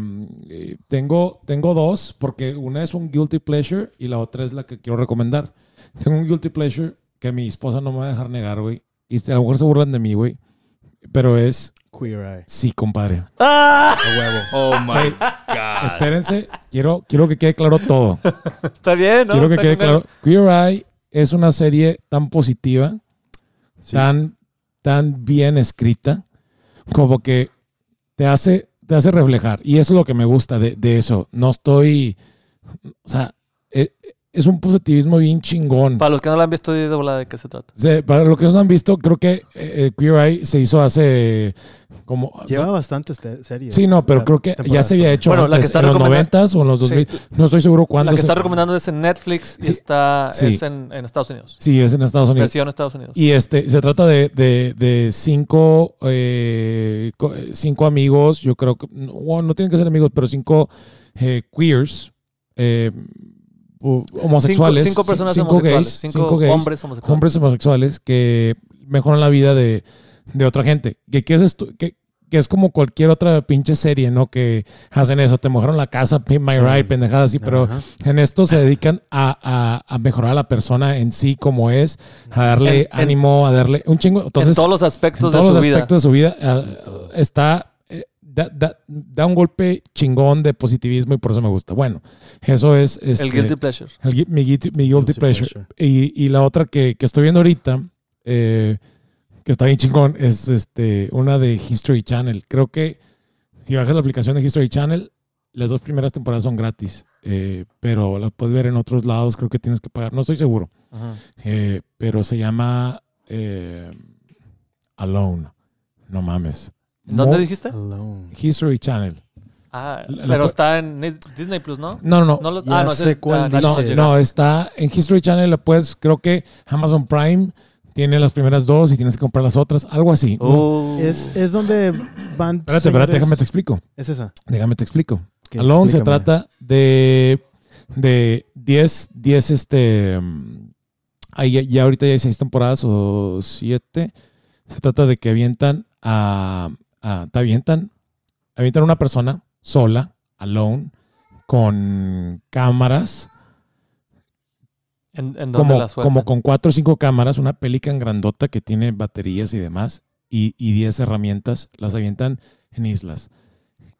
[SPEAKER 2] eh, tengo, tengo dos, porque una es un guilty pleasure y la otra es la que quiero recomendar. Tengo un guilty pleasure que mi esposa no me va a dejar negar, güey. Y a lo mejor se burlan de mí, güey. Pero es
[SPEAKER 4] Queer Eye.
[SPEAKER 2] sí, compadre.
[SPEAKER 1] ¡Ah!
[SPEAKER 4] A huevo.
[SPEAKER 3] Oh my
[SPEAKER 2] Güey,
[SPEAKER 3] God.
[SPEAKER 2] Espérense, quiero, quiero que quede claro todo.
[SPEAKER 1] Está bien, ¿no?
[SPEAKER 2] quiero que
[SPEAKER 1] Está
[SPEAKER 2] quede
[SPEAKER 1] con
[SPEAKER 2] claro. Queer Eye es una serie tan positiva,
[SPEAKER 3] Sí.
[SPEAKER 2] tan, tan bien escrita, como que te hace, te hace reflejar. Y eso es lo que me gusta de, de eso. No estoy. O sea, eh, es un positivismo bien chingón.
[SPEAKER 1] él. Para los que no la han visto, de volada de qué se trata.
[SPEAKER 2] Se- para los que no han visto, creo que eh, eh, Queer Eye se hizo hace eh, como.
[SPEAKER 4] Lleva bastantes te- series.
[SPEAKER 2] Sí, no, pero
[SPEAKER 4] La
[SPEAKER 2] creo que ya
[SPEAKER 4] temporada.
[SPEAKER 2] se había hecho
[SPEAKER 1] Bueno, la que
[SPEAKER 2] antes,
[SPEAKER 1] está
[SPEAKER 2] en los
[SPEAKER 1] recomendando-
[SPEAKER 2] 90 o en los 2000.
[SPEAKER 1] Sí.
[SPEAKER 2] No estoy seguro cuándo.
[SPEAKER 1] La que
[SPEAKER 2] se-
[SPEAKER 1] está recomendando es en Netflix y
[SPEAKER 2] Sí.
[SPEAKER 1] está
[SPEAKER 2] Sí.
[SPEAKER 1] es en, en Estados Unidos.
[SPEAKER 2] Sí, es en Estados Unidos.
[SPEAKER 1] Versión Estados Unidos.
[SPEAKER 2] Y este, se trata de, de- de cinco, eh, co- eh, cinco amigos, yo creo que, no, bueno, no tienen que ser amigos, pero cinco eh, queers, eh, u-
[SPEAKER 1] cinco,
[SPEAKER 2] homosexuales.
[SPEAKER 1] cinco
[SPEAKER 2] ci-
[SPEAKER 1] personas
[SPEAKER 2] cinco
[SPEAKER 1] homosexuales.
[SPEAKER 2] gays,
[SPEAKER 1] cinco,
[SPEAKER 2] cinco gays,
[SPEAKER 1] hombres homosexuales.
[SPEAKER 2] hombres homosexuales que mejoran la vida de, de otra gente. Que, que, es estu- que, que es como cualquier otra pinche serie, ¿no? Que hacen eso, te mejoran la casa, pin my
[SPEAKER 4] Sí.
[SPEAKER 2] ride, pendejadas así, pero
[SPEAKER 4] Ajá.
[SPEAKER 2] en esto se dedican a, a- a mejorar a la persona en sí como es, a
[SPEAKER 1] En-
[SPEAKER 2] darle
[SPEAKER 1] en-
[SPEAKER 2] ánimo, a darle un chingo. Entonces,
[SPEAKER 1] en todos los
[SPEAKER 2] en
[SPEAKER 1] aspectos
[SPEAKER 2] todos
[SPEAKER 1] de su
[SPEAKER 2] los
[SPEAKER 1] vida.
[SPEAKER 2] aspectos de su vida ah, está eh, da, da- da un golpe chingón de positivismo y por eso me gusta. Bueno, eso es este,
[SPEAKER 1] el guilty pleasure.
[SPEAKER 2] el gui- mi guilty, mi guilty
[SPEAKER 4] Guilty
[SPEAKER 2] pleasure.
[SPEAKER 4] pleasure.
[SPEAKER 2] Y, y la otra que, que estoy viendo ahorita, eh, que está bien chingón, es este, una de History Channel. Creo que si bajas la aplicación de History Channel, las dos primeras temporadas son gratis, eh, pero las puedes ver en otros lados, creo que tienes que pagar, no estoy seguro, Eh, pero se llama eh, Alone, no mames.
[SPEAKER 1] ¿En ¿Dónde
[SPEAKER 2] Mo-
[SPEAKER 1] dijiste?
[SPEAKER 4] Alone.
[SPEAKER 2] History Channel.
[SPEAKER 1] Ah,
[SPEAKER 2] La- la
[SPEAKER 1] pero
[SPEAKER 2] to-
[SPEAKER 1] está en Ni- Disney Plus, ¿no?
[SPEAKER 2] No, no, no.
[SPEAKER 1] No lo-
[SPEAKER 4] Ya
[SPEAKER 1] ah, no, ese
[SPEAKER 4] sé
[SPEAKER 1] es-
[SPEAKER 4] cuál
[SPEAKER 1] ah,
[SPEAKER 4] dices.
[SPEAKER 1] National
[SPEAKER 2] No,
[SPEAKER 4] Yes.
[SPEAKER 2] no,
[SPEAKER 1] Geographic.
[SPEAKER 2] está en History Channel, la puedes, creo que Amazon Prime tiene las primeras dos y tienes que comprar las otras, algo así.
[SPEAKER 1] Uh,
[SPEAKER 4] Es, es donde van.
[SPEAKER 2] Espérate, espérate,
[SPEAKER 4] señores-
[SPEAKER 2] déjame te explico.
[SPEAKER 4] Es esa.
[SPEAKER 2] Déjame te explico.
[SPEAKER 4] Que
[SPEAKER 2] Alone se
[SPEAKER 4] explícame.
[SPEAKER 2] trata de de 10 10 este mm, ahí ya, ya ahorita ya hay 6 temporadas o 7. Se trata de que avientan a, a- te avientan avientan a una persona sola, alone con cámaras
[SPEAKER 1] en, en donde
[SPEAKER 2] como,
[SPEAKER 1] la sueltan.
[SPEAKER 2] como con cuatro o cinco cámaras, una pelican grandota que tiene baterías y demás, y, y 10 herramientas, las avientan en islas.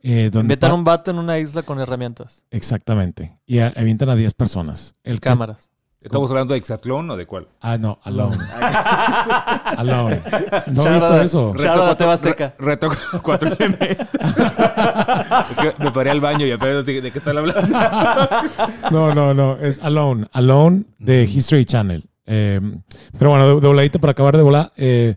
[SPEAKER 2] Eh, donde
[SPEAKER 1] Invitan a
[SPEAKER 2] pa-
[SPEAKER 1] un vato en una isla con herramientas,
[SPEAKER 2] Exactamente. Y a- avientan a 10 personas. El que-
[SPEAKER 1] cámaras.
[SPEAKER 3] ¿Estamos hablando de Hexatlón o de cuál?
[SPEAKER 2] Ah, no, alone. alone. No he
[SPEAKER 1] Shout
[SPEAKER 2] visto
[SPEAKER 1] out.
[SPEAKER 2] eso.
[SPEAKER 1] Shout out a TV Azteca.
[SPEAKER 3] re- reto cuatro elementos. es que me paré al baño y apenas dije, de qué están hablando.
[SPEAKER 2] No, no, no. Es alone. Alone de
[SPEAKER 1] Mm.
[SPEAKER 2] History Channel. Eh, pero bueno, de- de voladita para acabar de volar. eh,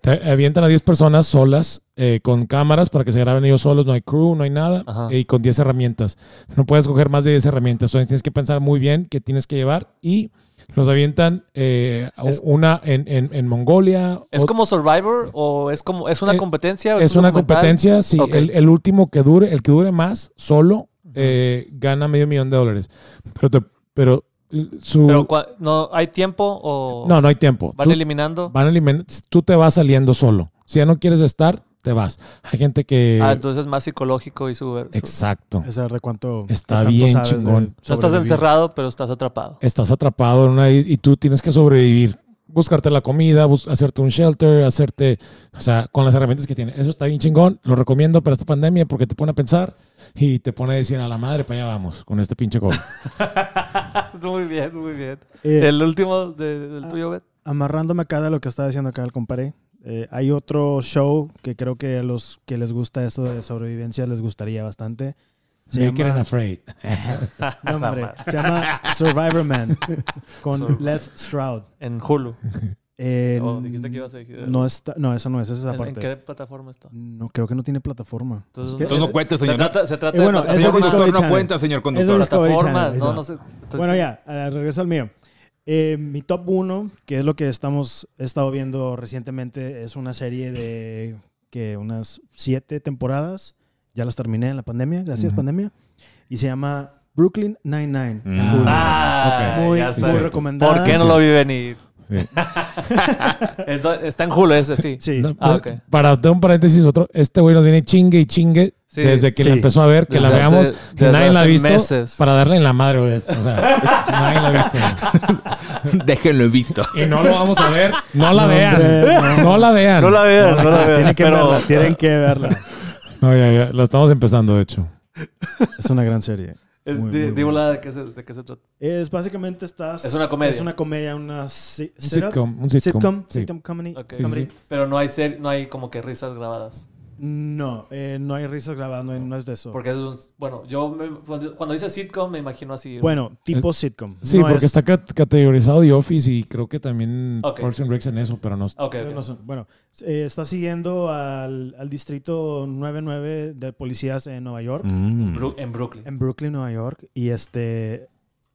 [SPEAKER 2] te avientan a 10 personas solas eh, con cámaras para que se graben ellos solos. No hay crew, no hay nada.
[SPEAKER 1] Ajá.
[SPEAKER 2] eh, y con 10 herramientas. No puedes coger más de 10 herramientas. Entonces tienes que pensar muy bien qué tienes que llevar. Y los avientan eh, a
[SPEAKER 1] Es-
[SPEAKER 2] una en, en- en Mongolia.
[SPEAKER 1] ¿Es
[SPEAKER 2] ot-
[SPEAKER 1] como Survivor o es como es una
[SPEAKER 2] Eh,
[SPEAKER 1] competencia? o
[SPEAKER 2] Es
[SPEAKER 1] un
[SPEAKER 2] una
[SPEAKER 1] documental?
[SPEAKER 2] competencia, sí.
[SPEAKER 1] Ok.
[SPEAKER 2] El, el último que dure, el que dure más, solo, eh, gana medio millón de dólares. Pero, te- pero l- su...
[SPEAKER 1] Pero cua- no hay tiempo o
[SPEAKER 2] no, no hay tiempo.
[SPEAKER 1] van
[SPEAKER 2] Tú-
[SPEAKER 1] eliminando.
[SPEAKER 2] van elimin- tú te vas saliendo solo. Si ya no quieres estar, te vas. Hay gente que...
[SPEAKER 1] ah, entonces es más psicológico y su. su-
[SPEAKER 2] Exacto.
[SPEAKER 4] Es saber de cuánto.
[SPEAKER 2] Está
[SPEAKER 4] qué tanto
[SPEAKER 2] bien
[SPEAKER 4] sabes de
[SPEAKER 2] chingón.
[SPEAKER 1] no estás
[SPEAKER 4] sobrevivir.
[SPEAKER 1] encerrado, pero estás atrapado.
[SPEAKER 2] Estás atrapado en una... is- Y tú tienes que sobrevivir. Buscarte la comida, bus- hacerte un shelter, hacerte... O sea, con las herramientas que tienes. Eso está bien chingón. Lo recomiendo para esta pandemia porque te pone a pensar y te pone a decir a la madre, para allá vamos con este pinche COVID.
[SPEAKER 1] muy bien, muy bien.
[SPEAKER 4] Eh,
[SPEAKER 1] el último de- del
[SPEAKER 4] ah.
[SPEAKER 1] tuyo, Bet.
[SPEAKER 4] amarrándome acá de lo que estaba diciendo acá el compadre, eh, hay otro show que creo que a los que les gusta esto de sobrevivencia les gustaría bastante. Se
[SPEAKER 2] Naked and
[SPEAKER 4] llama,
[SPEAKER 2] Afraid.
[SPEAKER 4] no, hombre, se llama Survivor Man con Les Stroud.
[SPEAKER 1] En Hulu.
[SPEAKER 4] El-
[SPEAKER 1] Oh, dijiste que ibas a decir.
[SPEAKER 4] no, está, no, esa no es, esa es
[SPEAKER 1] ¿En- ¿En,
[SPEAKER 4] aparte.
[SPEAKER 1] qué plataforma está?
[SPEAKER 4] No, creo que no tiene plataforma.
[SPEAKER 1] Entonces,
[SPEAKER 4] Es que-
[SPEAKER 3] Entonces
[SPEAKER 4] es-
[SPEAKER 3] no cuenta,
[SPEAKER 1] Se
[SPEAKER 3] señor.
[SPEAKER 1] trata, se trata
[SPEAKER 4] Eh, bueno,
[SPEAKER 1] de
[SPEAKER 4] es
[SPEAKER 3] señor
[SPEAKER 4] el
[SPEAKER 1] plataformas,
[SPEAKER 4] Discovery
[SPEAKER 3] conductor, no
[SPEAKER 4] Channel.
[SPEAKER 3] cuenta, señor
[SPEAKER 4] el
[SPEAKER 3] conductor.
[SPEAKER 4] Discovery
[SPEAKER 1] plataformas,
[SPEAKER 4] Channel,
[SPEAKER 1] no,
[SPEAKER 4] esa.
[SPEAKER 1] no sé. Entonces,
[SPEAKER 4] Bueno, ya, a- regreso al mío. Eh, mi top 1, que es lo que estamos he estado viendo recientemente, es una serie de que unas siete temporadas. Ya las terminé en la pandemia, gracias
[SPEAKER 2] Ujú.
[SPEAKER 4] pandemia. Y se llama Brooklyn Nine-Nine. en
[SPEAKER 3] Mm.
[SPEAKER 4] Hulu.
[SPEAKER 1] Ah,
[SPEAKER 2] Ok.
[SPEAKER 4] muy
[SPEAKER 1] ya
[SPEAKER 4] muy
[SPEAKER 1] sé.
[SPEAKER 2] sí.
[SPEAKER 4] recomendada.
[SPEAKER 1] ¿Por qué no lo vi venir?
[SPEAKER 2] Sí.
[SPEAKER 1] Entonces, está en Hulu ese, sí.
[SPEAKER 4] Sí.
[SPEAKER 2] No,
[SPEAKER 1] Ah,
[SPEAKER 2] no,
[SPEAKER 1] ok.
[SPEAKER 2] Para dar un paréntesis, otro, este güey nos viene chingue y chingue
[SPEAKER 1] Sí.
[SPEAKER 2] desde que
[SPEAKER 4] Sí.
[SPEAKER 2] la empezó a ver, que la
[SPEAKER 1] Desde hace-
[SPEAKER 2] veamos, que
[SPEAKER 1] desde
[SPEAKER 2] nadie la ha
[SPEAKER 1] hace
[SPEAKER 2] visto,
[SPEAKER 1] meses.
[SPEAKER 2] para darle en la madre, güey. O sea, nadie la ha visto. güey.
[SPEAKER 3] Déjenlo visto.
[SPEAKER 2] Y no lo vamos a ver. No la
[SPEAKER 4] No, hombre,
[SPEAKER 2] vean.
[SPEAKER 4] no.
[SPEAKER 2] No la vean.
[SPEAKER 1] No la vean, no la vean.
[SPEAKER 4] Tienen Ah, que
[SPEAKER 1] pero-
[SPEAKER 4] verla, tienen que verla.
[SPEAKER 2] No, ya, ya. La estamos empezando, de hecho.
[SPEAKER 4] Es una gran serie.
[SPEAKER 1] Eh,
[SPEAKER 4] Muy,
[SPEAKER 1] di-
[SPEAKER 4] muy
[SPEAKER 1] di
[SPEAKER 4] buena.
[SPEAKER 1] volada de qué se, de qué se trata.
[SPEAKER 4] Es básicamente estás...
[SPEAKER 1] Es una comedia.
[SPEAKER 4] Es una comedia, una... si-
[SPEAKER 2] Un sitcom. Un sitcom.
[SPEAKER 4] Sitcom,
[SPEAKER 2] sí.
[SPEAKER 4] sitcom comedy.
[SPEAKER 1] Ok.
[SPEAKER 2] Sí,
[SPEAKER 4] comedy.
[SPEAKER 2] sí.
[SPEAKER 1] Pero no hay, ser- no hay como que risas grabadas.
[SPEAKER 4] No, eh, no hay risas grabadas, no, hay- no es de eso.
[SPEAKER 1] Porque es un- Bueno, yo me- cuando, cuando dice sitcom me imagino así.
[SPEAKER 4] Bueno, tipo sitcom.
[SPEAKER 2] Sí,
[SPEAKER 4] No
[SPEAKER 2] porque
[SPEAKER 4] es-
[SPEAKER 2] está cat- categorizado The Office y creo que también
[SPEAKER 1] Ok.
[SPEAKER 2] Parks and Recs en eso, pero no.
[SPEAKER 1] Ah, ok, ok.
[SPEAKER 4] no son- Bueno, eh, está siguiendo al, al distrito 99 de policías en Nueva York,
[SPEAKER 1] Bru- en Brooklyn.
[SPEAKER 4] en Brooklyn, Nueva York, y este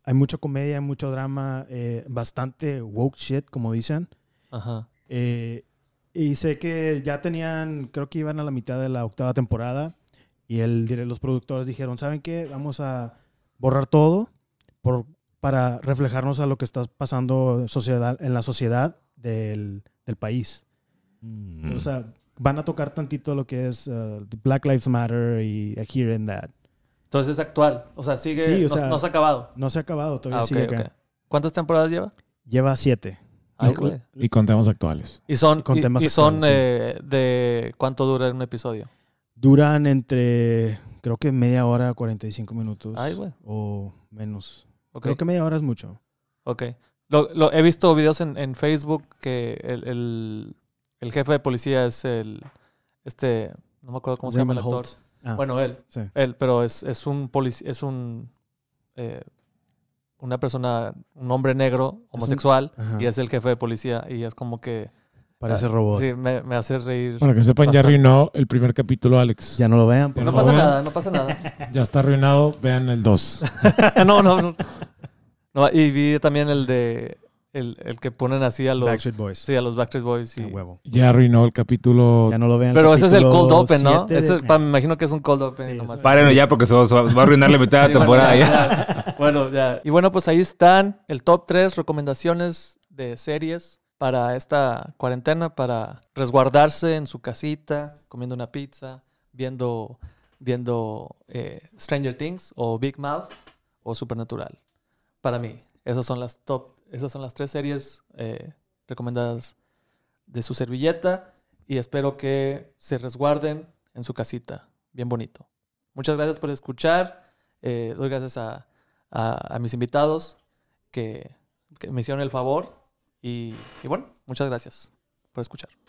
[SPEAKER 4] hay mucha comedia, hay mucho drama, eh, bastante woke shit, como dicen.
[SPEAKER 1] Ajá.
[SPEAKER 4] Eh, y sé que ya tenían, creo que iban a la mitad de la octava temporada. Y el, dire- los productores dijeron, ¿saben qué? Vamos a borrar todo por, para reflejarnos a lo que está pasando en sociedad, en la sociedad del, del país.
[SPEAKER 1] Mm.
[SPEAKER 4] O sea, van a tocar tantito lo que es uh, Black Lives Matter y Here and That.
[SPEAKER 1] Entonces es actual. O sea, sigue.
[SPEAKER 4] Sí, o
[SPEAKER 1] no,
[SPEAKER 4] sea-
[SPEAKER 1] no se ha acabado.
[SPEAKER 4] No se ha acabado, todavía
[SPEAKER 1] Ah, ok,
[SPEAKER 4] sigue acá.
[SPEAKER 1] ok. ¿Cuántas temporadas lleva?
[SPEAKER 4] Lleva siete.
[SPEAKER 1] Ay,
[SPEAKER 2] y,
[SPEAKER 1] Ah, güey.
[SPEAKER 2] con, y con temas actuales.
[SPEAKER 1] Y son,
[SPEAKER 4] con
[SPEAKER 1] y,
[SPEAKER 4] temas
[SPEAKER 1] y son
[SPEAKER 4] actuales,
[SPEAKER 1] eh, de cuánto dura un episodio.
[SPEAKER 4] Duran entre, creo que media hora, 45 minutos.
[SPEAKER 1] Ay, güey.
[SPEAKER 4] O menos.
[SPEAKER 1] Ok.
[SPEAKER 4] Creo que media hora es mucho.
[SPEAKER 1] ok. Lo, lo- he visto videos en, en Facebook que el, el- el jefe de policía es el. Este. No me acuerdo cómo se llama el
[SPEAKER 4] Raymond
[SPEAKER 1] actor.
[SPEAKER 4] Holt. Ah,
[SPEAKER 1] Bueno, él.
[SPEAKER 4] sí.
[SPEAKER 1] Él, pero es, es un policía. Es un. eh, una persona, un hombre negro, homosexual,
[SPEAKER 4] Ajá.
[SPEAKER 1] y es el jefe de policía, y es como que.
[SPEAKER 4] Parece robot.
[SPEAKER 1] Sí, me, me hace reír.
[SPEAKER 2] Para que sepan, ya
[SPEAKER 1] Bastante.
[SPEAKER 2] arruinó el primer capítulo, Alex. Ya,
[SPEAKER 4] Ya no lo vean, por
[SPEAKER 1] no
[SPEAKER 2] por
[SPEAKER 1] pasa
[SPEAKER 4] favor.
[SPEAKER 2] favor.
[SPEAKER 1] nada, no pasa nada.
[SPEAKER 2] está arruinado, vean el 2.
[SPEAKER 1] Ah, no, no, no. No, y vi también el de. El, el que ponen así a los.
[SPEAKER 4] Backstreet Boys.
[SPEAKER 1] Sí, a los Backstreet Boys. y-
[SPEAKER 4] A huevo.
[SPEAKER 2] ya arruinó el capítulo.
[SPEAKER 4] Ya no lo vean.
[SPEAKER 1] Pero ese es el
[SPEAKER 4] capítulo
[SPEAKER 1] cold open, ¿no?
[SPEAKER 4] siete de-
[SPEAKER 1] Ese- pa- me imagino que es un cold open.
[SPEAKER 4] Sí,
[SPEAKER 1] nomás.
[SPEAKER 4] eso-
[SPEAKER 3] Párenlo ya porque se va, se va- se va a arruinar la mitad de
[SPEAKER 1] Sí,
[SPEAKER 3] la temporada
[SPEAKER 1] bueno,
[SPEAKER 3] ya.
[SPEAKER 1] ya. Bueno, ya. Y bueno, pues ahí están el top 3 recomendaciones de series para esta cuarentena, para resguardarse en su casita, comiendo una pizza, viendo, viendo eh, Stranger Things o Big Mouth o Supernatural. Para mí, esas son las top, esas son las tres series eh, recomendadas de su servilleta y espero que se resguarden en su casita. Bien bonito. Muchas gracias por escuchar. Eh, doy gracias a, a- a mis invitados que, que me hicieron el favor. Y, y bueno, muchas gracias por escuchar.